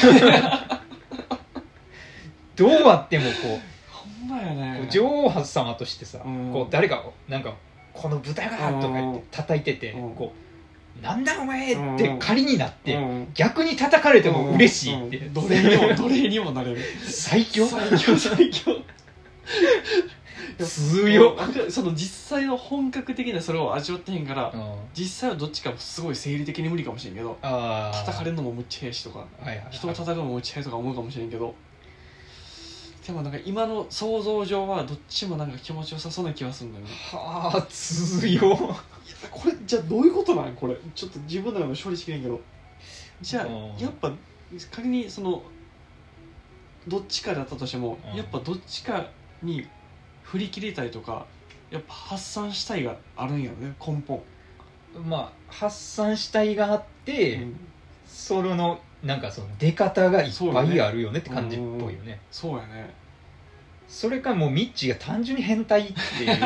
Speaker 1: どうあってもこ
Speaker 2: ほんまや
Speaker 1: うこ
Speaker 2: ね
Speaker 1: う女王様としてさ、
Speaker 2: うん
Speaker 1: こう誰かなんか「この豚が!」とか言って叩いてて、
Speaker 2: うん
Speaker 1: こう「なんだお前!」っ
Speaker 2: う
Speaker 1: て
Speaker 2: ん
Speaker 1: 仮になって、
Speaker 2: うん
Speaker 1: 逆に叩かれても嬉しいって、
Speaker 2: うん奴隷にも奴隷にもなれる
Speaker 1: <laughs> 最強
Speaker 2: 最強最強
Speaker 1: 強っ
Speaker 2: うんその実際の本格的なそれを味わってへんから、
Speaker 1: うん
Speaker 2: 実際はどっちかもすごい生理的に無理かもしれんけど
Speaker 1: あー
Speaker 2: 叩かれるのもむっちゃ早いしとか
Speaker 1: はいはいはい
Speaker 2: 人を叩くのもむっちゃ早いとか思うかもしれんけどでもなんか今の想像上はどっちもなんか気持ちよさそうな気がするんだよね
Speaker 1: はあ強
Speaker 2: これじゃあどういうことなんこれちょっと自分の中で処理しきれんけどじゃあ
Speaker 1: うん
Speaker 2: やっぱ仮にそのどっちかだったとしても、
Speaker 1: うん
Speaker 2: やっぱどっちかに振り切りたいとかやっぱ発散したいがあるんやろね根本、
Speaker 1: まあ発散したいがあって、
Speaker 2: うん
Speaker 1: それのなんかその出方がいっぱいあるよねって感じっぽいよねそ
Speaker 2: そうやね
Speaker 1: れかもうミッチーが単純に変態っていう <laughs>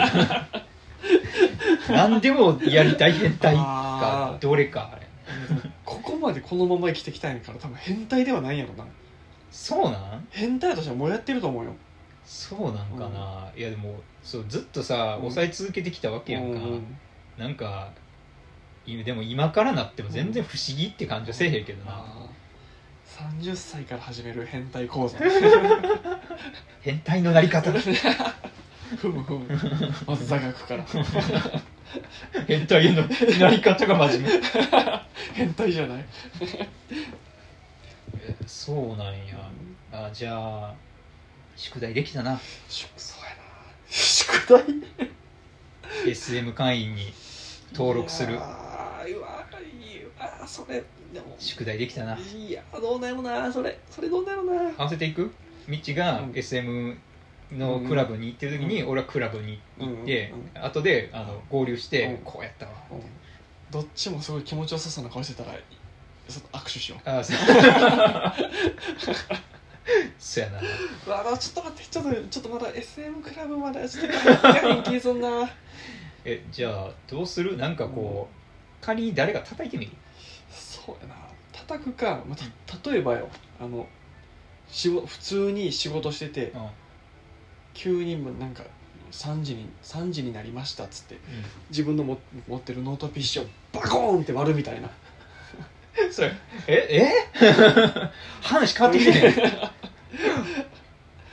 Speaker 1: 何でもやりたい変態か
Speaker 2: あ
Speaker 1: どれかあれ
Speaker 2: ーここまでこのまま生きてきたんやから多分変態ではないんやろな
Speaker 1: そうなん
Speaker 2: 変態としてはもうやってると思うよ
Speaker 1: そうなんかな、いやでもそうずっとさ抑え続けてきたわけやんか、
Speaker 2: うん
Speaker 1: なんかいでも今からなっても全然不思議って感じはせえへんけどな、
Speaker 2: あー30歳から始める変態
Speaker 1: <laughs>
Speaker 2: 講座
Speaker 1: 変態のなり方 <laughs>
Speaker 2: ふむふむまず座学から
Speaker 1: 変態へのなり方が真面目
Speaker 2: 変態じゃない
Speaker 1: そうなんやあじゃあ宿題できたな
Speaker 2: 宿そうやな宿題
Speaker 1: SM 会員に登録す
Speaker 2: い
Speaker 1: る
Speaker 2: やーうわーいやそれでも
Speaker 1: 宿題できたない
Speaker 2: やーどうなるなそれそれどうなるな
Speaker 1: 合わせていくみちが
Speaker 2: うん
Speaker 1: SM のクラブに行ってる時に、俺はクラブに行って、後であの合流して、
Speaker 2: うん
Speaker 1: こうやったわ
Speaker 2: うんどっちもすごい気持ちよさそうな顔してたらそ握手しよ
Speaker 1: あそうそやな
Speaker 2: ううわーちょっと待ってちょっとちょっとまだ SM クラブまだちょっと <laughs> ガン消えそうな
Speaker 1: えじゃあどうするなんかこう、仮に誰か叩いてみる
Speaker 2: そうやな叩くか、まあた、例えばよあの仕事普通に仕事してて
Speaker 1: うん、
Speaker 2: 急にもうなんか3時に3時になりましたっつって自分のも持ってるノート PC をバコーンって割るみたいな
Speaker 1: それえ <laughs> え話変わってきて
Speaker 2: <laughs>
Speaker 1: ね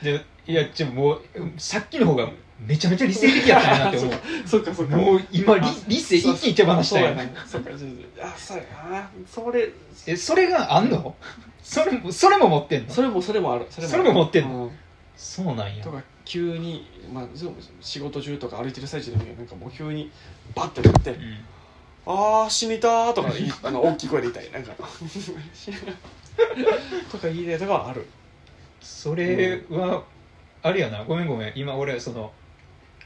Speaker 1: でいやちょもうさっきの方がめちゃめちゃ理性的やったなって思
Speaker 2: <laughs> そっかそっ
Speaker 1: う
Speaker 2: か
Speaker 1: もう今理
Speaker 2: あ
Speaker 1: 理性一気に手放した
Speaker 2: そう
Speaker 1: よ
Speaker 2: やなそうかそうやあそうやなそれ
Speaker 1: えそれがあんのそれもそれも持ってんの
Speaker 2: それもそれもあるそ
Speaker 1: それも持ってん
Speaker 2: の、
Speaker 1: そうなん
Speaker 2: うん
Speaker 1: や
Speaker 2: とか急に、まあ、そう仕事中とか歩いてる最中でもいいよなんかもう急にバッてなって
Speaker 1: うん
Speaker 2: あー死にたー <laughs> とかいいあの大きい声で言いたいなんか <laughs> とかいいねとかはある
Speaker 1: それはあれやなごめんごめん今俺その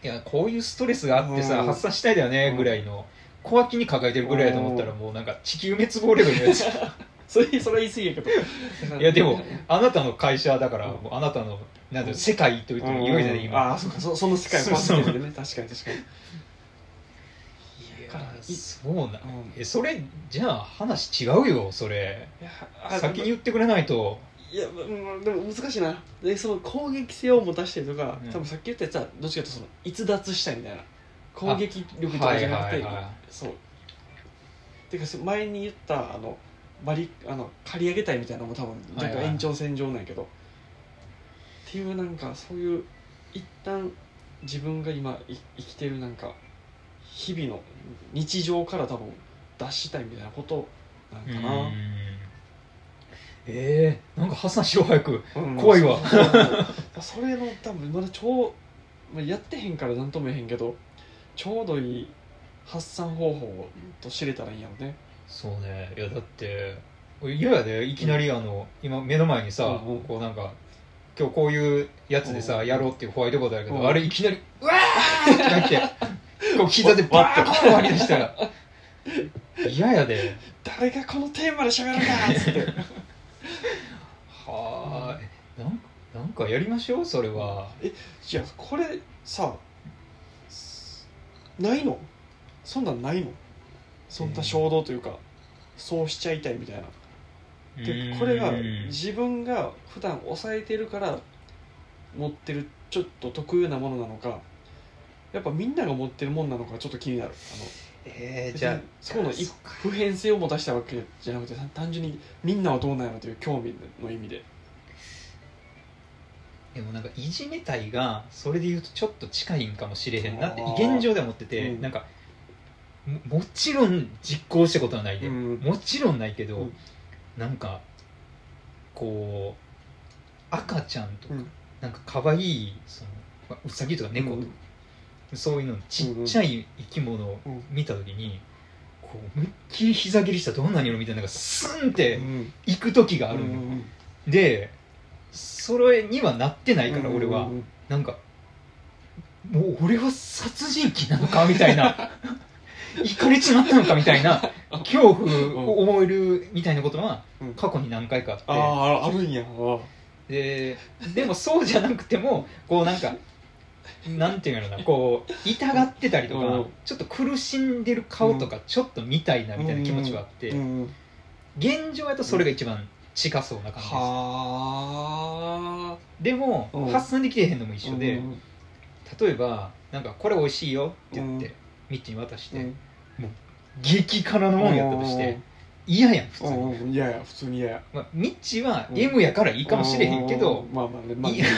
Speaker 1: いやこういうストレスがあってさ、
Speaker 2: うん
Speaker 1: 発散したいだよねぐらいの小脇に抱えてるぐらいだと思ったら、
Speaker 2: う <laughs>
Speaker 1: もうなんか地球滅亡レベルのやつ
Speaker 2: それそれは言い過ぎやけどだから
Speaker 1: いやでもあなたの会社だから、もうあなたのなんていうの世界と言ってもよいじゃない今
Speaker 2: ああそうかそその世界をパスってるね確かに確かに
Speaker 1: い
Speaker 2: だから
Speaker 1: や
Speaker 2: い
Speaker 1: そうな
Speaker 2: うん
Speaker 1: えそれじゃあ話違うよそれ
Speaker 2: いやあ
Speaker 1: 先に言ってくれないと
Speaker 2: いやうんでも難しいなでその攻撃性を持たしたりとか、
Speaker 1: うん
Speaker 2: 多分さっき言ったやつはどっちかというとその逸脱したいみたいな攻撃力とかじゃなく
Speaker 1: は
Speaker 2: て、
Speaker 1: いはいは
Speaker 2: そうてかそ前に言ったあのバリあの刈り上げたいみたいなのも多分
Speaker 1: はい
Speaker 2: 若
Speaker 1: はい
Speaker 2: 干延長線上なんやけど、っていうなんかそういう一旦自分が今い生きてるなんか日々の日常から多分脱したいみたいなことなん
Speaker 1: い
Speaker 2: かな、
Speaker 1: うんえー、なんか破産しろ早く
Speaker 2: うん
Speaker 1: 怖いわ
Speaker 2: そうそうそうそれの多分まだ超、まあ、やってへんから何とも言えへんけどちょうどいい発散方法と知れたらいいんやろね
Speaker 1: そうねいやだって嫌やでいきなりあの、今目の前にさ、
Speaker 2: うんうん
Speaker 1: こうなんか今日こういうやつでさ、
Speaker 2: うん
Speaker 1: やろうっていうホワイトボードやけど、
Speaker 2: うん
Speaker 1: あれいきなり「うわー!」ってなってこう膝でバーッと割り出したら嫌やで
Speaker 2: 誰がこのテーマでしゃべるかっつって
Speaker 1: <laughs> はあなんかなんかやりましょうそれは、
Speaker 2: いやこれさすないのそんなんないのそんな衝動というか、そうしちゃいたいみたいなでこれが
Speaker 1: うん
Speaker 2: 自分が普段抑えてるから持ってるちょっと特有なものなのかやっぱみんなが持ってるもんなのかちょっと気になるあ
Speaker 1: え
Speaker 2: の
Speaker 1: ー、じゃあ
Speaker 2: 別にそこの
Speaker 1: じゃあ
Speaker 2: 一
Speaker 1: そうか
Speaker 2: 普遍性を持たしたわけじゃなくて単単純にみんなはどうなのという興味の意味で
Speaker 1: でもなんかいじめたいがそれで言うとちょっと近いんかもしれへんなって
Speaker 2: あー
Speaker 1: 現状では思ってて、
Speaker 2: うん
Speaker 1: なんかももちろん実行したことはないで、
Speaker 2: うん
Speaker 1: もちろんないけど、
Speaker 2: うん
Speaker 1: なんかこう赤ちゃんとか、
Speaker 2: うん
Speaker 1: なんか可愛いそのまあうさぎとか猫とか、そういうのちっちゃい生き物を
Speaker 2: うん
Speaker 1: 見た時に、こう思いっきり膝蹴りしたらどんなにのみたいなのがスンっ
Speaker 2: う
Speaker 1: て
Speaker 2: ん
Speaker 1: 行く時があるの、
Speaker 2: うん
Speaker 1: でそれにはなってないから
Speaker 2: うん
Speaker 1: 俺は。
Speaker 2: うん
Speaker 1: なんかもう俺は殺人鬼なのかみたいな
Speaker 2: <laughs>
Speaker 1: 行かれちまったのかみたいな恐怖を思えるみたいなことは
Speaker 2: うん
Speaker 1: 過去に何回かあ
Speaker 2: あ
Speaker 1: っ
Speaker 2: ああるんやあー
Speaker 1: てででもそうじゃなくてもこうなんかなんていうのかなこう痛がってたりと
Speaker 2: う
Speaker 1: か
Speaker 2: ん
Speaker 1: ちょっと苦しんでる顔とかちょっと見たいなみたいな気持ちはあって
Speaker 2: うん
Speaker 1: 現状やとそれが一番近そうな感じです
Speaker 2: はあ
Speaker 1: でも
Speaker 2: うん
Speaker 1: 発散できてへんのも一緒で
Speaker 2: うん
Speaker 1: 例えばなんかこれ美味しいよって言ってミッチに渡して、
Speaker 2: うん
Speaker 1: 激辛のもんやったとして嫌やん普通
Speaker 2: うん
Speaker 1: に、
Speaker 2: うんいやいや普通に嫌や
Speaker 1: まあ、ミッチは M やからいいかもしれへんけど
Speaker 2: うんまあまあね、まあ
Speaker 1: いや
Speaker 2: ね、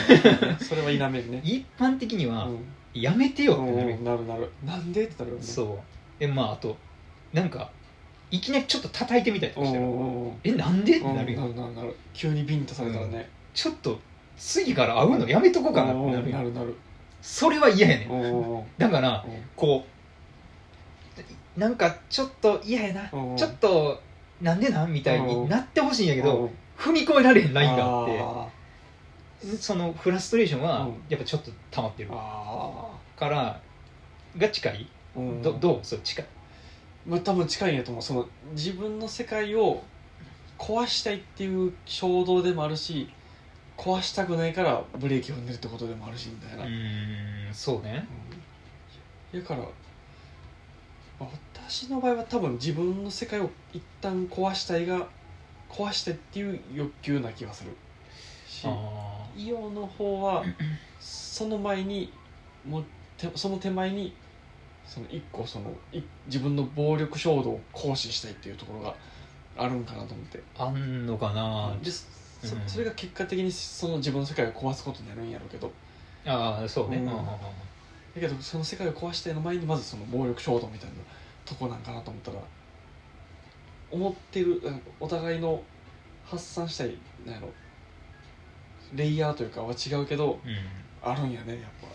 Speaker 2: <laughs> それは否めるね
Speaker 1: 一般的には
Speaker 2: うん
Speaker 1: やめてよってなる
Speaker 2: うんなるなるなんでってなるよね
Speaker 1: そうでまああとなんかいきなりちょっと叩いてみたりと
Speaker 2: うん
Speaker 1: か
Speaker 2: う
Speaker 1: したら
Speaker 2: んうん
Speaker 1: えなんでって
Speaker 2: うんな
Speaker 1: な
Speaker 2: る
Speaker 1: る
Speaker 2: な
Speaker 1: よ
Speaker 2: るなるなる急にビンタされたらね
Speaker 1: ちょっと次から会うのやめとこうかなっ
Speaker 2: う
Speaker 1: て
Speaker 2: ん
Speaker 1: なる
Speaker 2: な
Speaker 1: よ
Speaker 2: るなる
Speaker 1: それは嫌やね
Speaker 2: うんんうんうん
Speaker 1: だからこうなんかちょっと嫌やな
Speaker 2: うん
Speaker 1: ちょっとなんでなんみたいになってほしいんやけ
Speaker 2: う
Speaker 1: ど
Speaker 2: ん
Speaker 1: 踏み越えられへんラインがあって
Speaker 2: あ
Speaker 1: そのフラストレーション
Speaker 2: う
Speaker 1: は
Speaker 2: ん
Speaker 1: やっぱちょっと溜まってる
Speaker 2: ーあ
Speaker 1: からが近い、
Speaker 2: ーうん
Speaker 1: どどうそう近い
Speaker 2: まあ多分近いんやと思うその自分の世界を壊したいっていう衝動でもあるし壊したくないからブレーキ踏んでるってことでもあるしみたいな
Speaker 1: うんそうね
Speaker 2: だからまあ私の場合は多分自分の世界を一旦壊したいが壊してっていう欲求な気がするし
Speaker 1: あ
Speaker 2: イオの方はその前にもうてその手前にその一個そのい自分の暴力衝動を行使したいっていうところがあるんかなと思って
Speaker 1: ーあんのかな
Speaker 2: でそそ
Speaker 1: うん
Speaker 2: それが結果的にその自分の世界を壊すことになるんやろうけど
Speaker 1: ああそうね、
Speaker 2: うん
Speaker 1: うんうんうん
Speaker 2: だけどその世界を壊したいの前にまずその暴力衝動みたいなとこなんかなと思ったら思ってるうんお互いの発散したいなんやろレイヤーというかは違うけど
Speaker 1: うん
Speaker 2: あるんやねやっぱ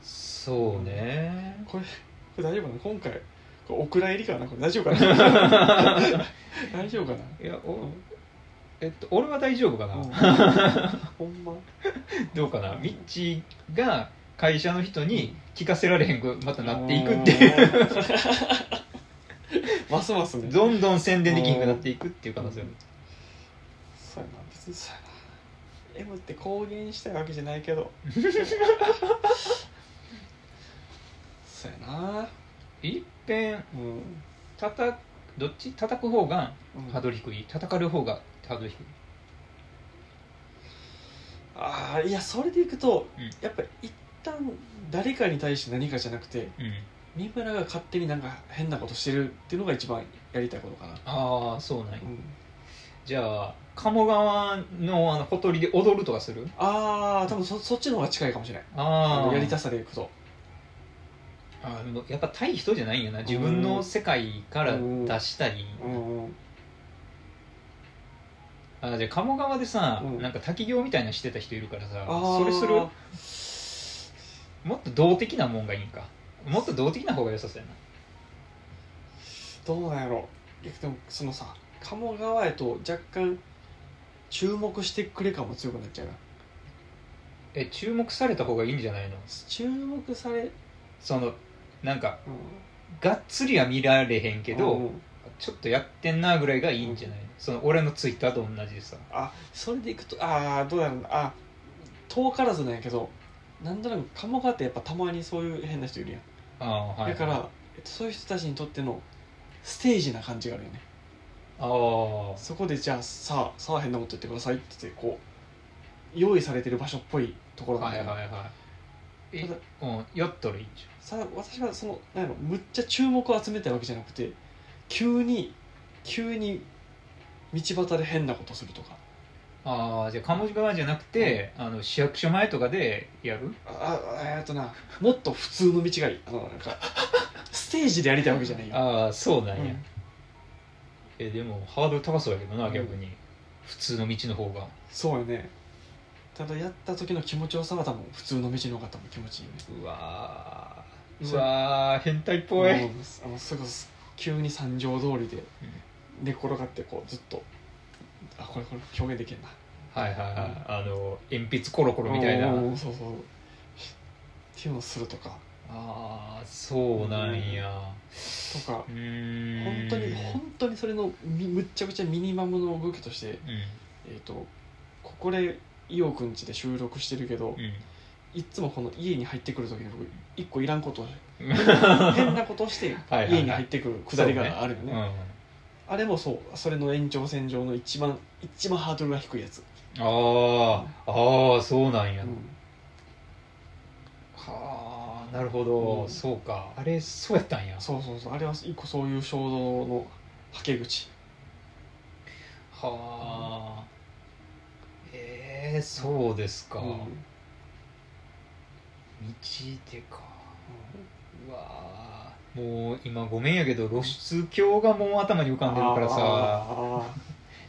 Speaker 1: そうね、
Speaker 2: これこれ大丈夫かな今回これお蔵入りかなこれ大丈夫かな <laughs> 大丈夫かない
Speaker 1: やおえっと俺は大丈夫かな、
Speaker 2: うん
Speaker 1: <laughs>
Speaker 2: ほんま
Speaker 1: どうかなミッチが会社の人に聞かせられへんくまたなっていくっていう
Speaker 2: うんますますね
Speaker 1: どんどん宣伝できなくなっていくっていう可能性も
Speaker 2: うんそうやな別にそうやな M って公言したいわけじゃないけど <laughs> そうやな
Speaker 1: 一遍
Speaker 2: うん、
Speaker 1: 叩くどっち叩く方が
Speaker 2: うん
Speaker 1: ハードル低い叩かれる方がハードル低い
Speaker 2: ああいやそれでいくと、
Speaker 1: うん
Speaker 2: やっぱり一旦誰かに対して何かじゃなくて
Speaker 1: うん
Speaker 2: 三村が勝手になんか変なことしてるっていうのが一番やりたいことかな、
Speaker 1: ああそうなんや
Speaker 2: うん
Speaker 1: じゃあ鴨川のあのほとりで踊るとかする
Speaker 2: ああ多分そそっちの方が近いかもしれないあ
Speaker 1: あ
Speaker 2: の
Speaker 1: あ
Speaker 2: やりたさでいくと
Speaker 1: あでもやっぱ対人じゃないんやな自分の世界から出したり
Speaker 2: うんうん
Speaker 1: あじゃあ鴨川でさ、
Speaker 2: うん
Speaker 1: なんか滝行みたいなのしてた人いるからさ
Speaker 2: あ
Speaker 1: それする
Speaker 2: あ
Speaker 1: もっと動的なもんがいいんかもっと動的な方が良さそうやな
Speaker 2: どうなんやろいやでもそのさ鴨川へと若干注目してくれ感も強くなっちゃうな
Speaker 1: え注目された方がいいんじゃないの
Speaker 2: 注目され、うん、
Speaker 1: そのなんかがっつりは見られへんけど、
Speaker 2: うん
Speaker 1: ちょっとやってんなぐらいがいいんじゃないのその俺のツイッターと同じでさ
Speaker 2: あそれでいくとああどうやろうなあ遠からずなんやけどなんとなく鴨川ってやっぱたまにそういう変な人いるやん、
Speaker 1: ああはい
Speaker 2: だから、えっと、そういう人たちにとってのステージな感じがあるよね
Speaker 1: ああ
Speaker 2: そこでじゃあさあさあ変なこと言ってくださいって言ってこう用意されてる場所っぽいところなん
Speaker 1: は
Speaker 2: だ
Speaker 1: い
Speaker 2: よ、
Speaker 1: はいはいえ
Speaker 2: ただ
Speaker 1: うんやったらいいんじ
Speaker 2: さ私はそのなんやろむっちゃ注目を集めたいわけじゃなくて急に急に道端で変なことするとか
Speaker 1: ゃんああじゃあ鴨川じゃなくて、あの市役所前とかでやる
Speaker 2: ああえーっとなもっと普通の道がいいあのなんかステージでやりたいわけじゃないよ、
Speaker 1: ああそうなんや、
Speaker 2: うん
Speaker 1: えでもハードル高そうやけどな
Speaker 2: うん
Speaker 1: 逆に、普通の道の方が
Speaker 2: そうよねただやった時の気持ちよさは多分普通の道の方も気持ちいいよね
Speaker 1: うわ
Speaker 2: ー
Speaker 1: うわー変態っぽい、
Speaker 2: もうあのそれこそ急に三条通りで寝転がってこうずっとあこれこれ表現できるな
Speaker 1: はいはいはい、あの鉛筆コロコロみたいな
Speaker 2: うんそうそうっていうのをするとか
Speaker 1: ああそうなんや
Speaker 2: とか
Speaker 1: うーん
Speaker 2: 本当に本当にそれのみむっちゃくちゃミニマムの動きとして、
Speaker 1: う
Speaker 2: えー、とここで伊くん家で収録してるけど、
Speaker 1: んうん
Speaker 2: いっつもこの家に入ってくる時に僕一個いらんことを
Speaker 1: <laughs> うん
Speaker 2: <laughs> 変なことをして
Speaker 1: はいはい
Speaker 2: 家に入ってくるくだりがあるよね
Speaker 1: うん、あ
Speaker 2: あれもそうそれの延長線上の一番一番ハードルが低いやつ、
Speaker 1: あああそうなんや、
Speaker 2: うん
Speaker 1: はあなるほど、
Speaker 2: うん
Speaker 1: そうかあれそうやったんや
Speaker 2: そうそうそうあれは一個そういう衝動のはけ口
Speaker 1: はあ、ええそうですか、
Speaker 2: うんうん
Speaker 1: 道でかうわーもう今ごめんやけど露出鏡がもう頭に浮かんでるからさ
Speaker 2: あ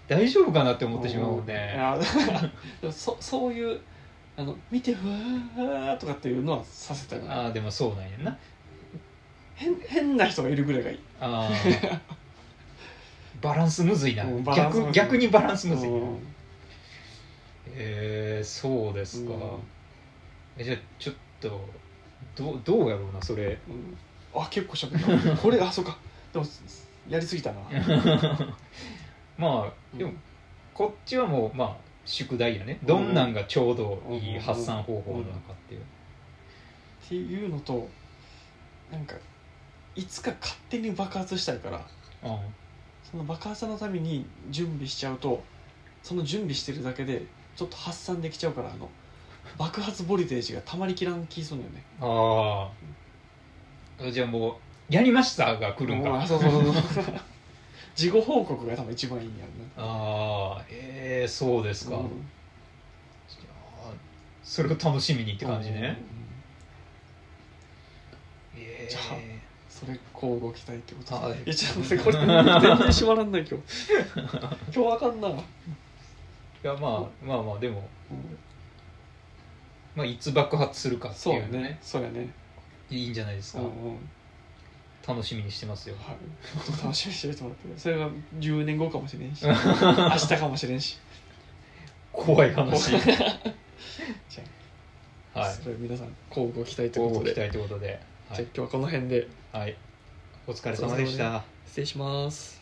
Speaker 2: ー
Speaker 1: 大丈夫かなって思ってしまうもん
Speaker 2: い
Speaker 1: ね
Speaker 2: や <laughs> でもそそういうあの見てふわーとかっていうのはさせたくない
Speaker 1: ああでもそうなんやな
Speaker 2: 変変な人がいるぐらいがいい
Speaker 1: あ
Speaker 2: <laughs>
Speaker 1: ーバランスむずいな
Speaker 2: うんバランスむず
Speaker 1: 逆逆
Speaker 2: い
Speaker 1: にバランスむずいな
Speaker 2: うん
Speaker 1: えー、そうですか、
Speaker 2: うん
Speaker 1: えじゃあちょっとどうどうやろうなそ
Speaker 2: <laughs>
Speaker 1: れ
Speaker 2: うんあ結構しゃべった <laughs> これあそうかでもやりすぎたな
Speaker 1: まあでもこっちはもうまあ宿題やねどんなんがちょうどいい発散方法なのかっていう
Speaker 2: っていうのとなんかいつか勝手に爆発したいから
Speaker 1: うん
Speaker 2: その爆発のために準備しちゃうとその準備してるだけでちょっと発散できちゃうからあの爆発ボルテージがたまりきらん気するんだよね
Speaker 1: ああじゃあもう「やりました」が来るんか
Speaker 2: うん
Speaker 1: あ
Speaker 2: そうそうそう <laughs> そう事後報告が多分一番いいんやろ
Speaker 1: あええそうですか、
Speaker 2: な、
Speaker 1: いやーそれを楽しみにって感じ
Speaker 2: うんうん
Speaker 1: ね、ええ
Speaker 2: じゃあそれこう動きたいってこと
Speaker 1: はい
Speaker 2: えちょっと待ってこれ全然閉まらん
Speaker 1: <laughs>
Speaker 2: ない今日今日わかんな、うん
Speaker 1: いやまあまあまあでも、まあ、いつ爆発するかって
Speaker 2: そう
Speaker 1: い
Speaker 2: や
Speaker 1: う
Speaker 2: ね
Speaker 1: ね
Speaker 2: そうやね
Speaker 1: いいんじゃないです
Speaker 2: う
Speaker 1: か、
Speaker 2: んうん
Speaker 1: 楽しみにしてますよ
Speaker 2: はいちょっと楽しみにしておいてもらってそれが10年後かもし
Speaker 1: <laughs>
Speaker 2: れんし明日かもしれんし
Speaker 1: 怖い話
Speaker 2: じゃあ、
Speaker 1: はい
Speaker 2: <laughs> それ皆さんこう動きたいという
Speaker 1: 交
Speaker 2: こ
Speaker 1: 互期待
Speaker 2: とで
Speaker 1: ということで、は
Speaker 2: じゃあ
Speaker 1: い
Speaker 2: 今日はこの辺で
Speaker 1: はい、お疲れ様でした。
Speaker 2: 失礼します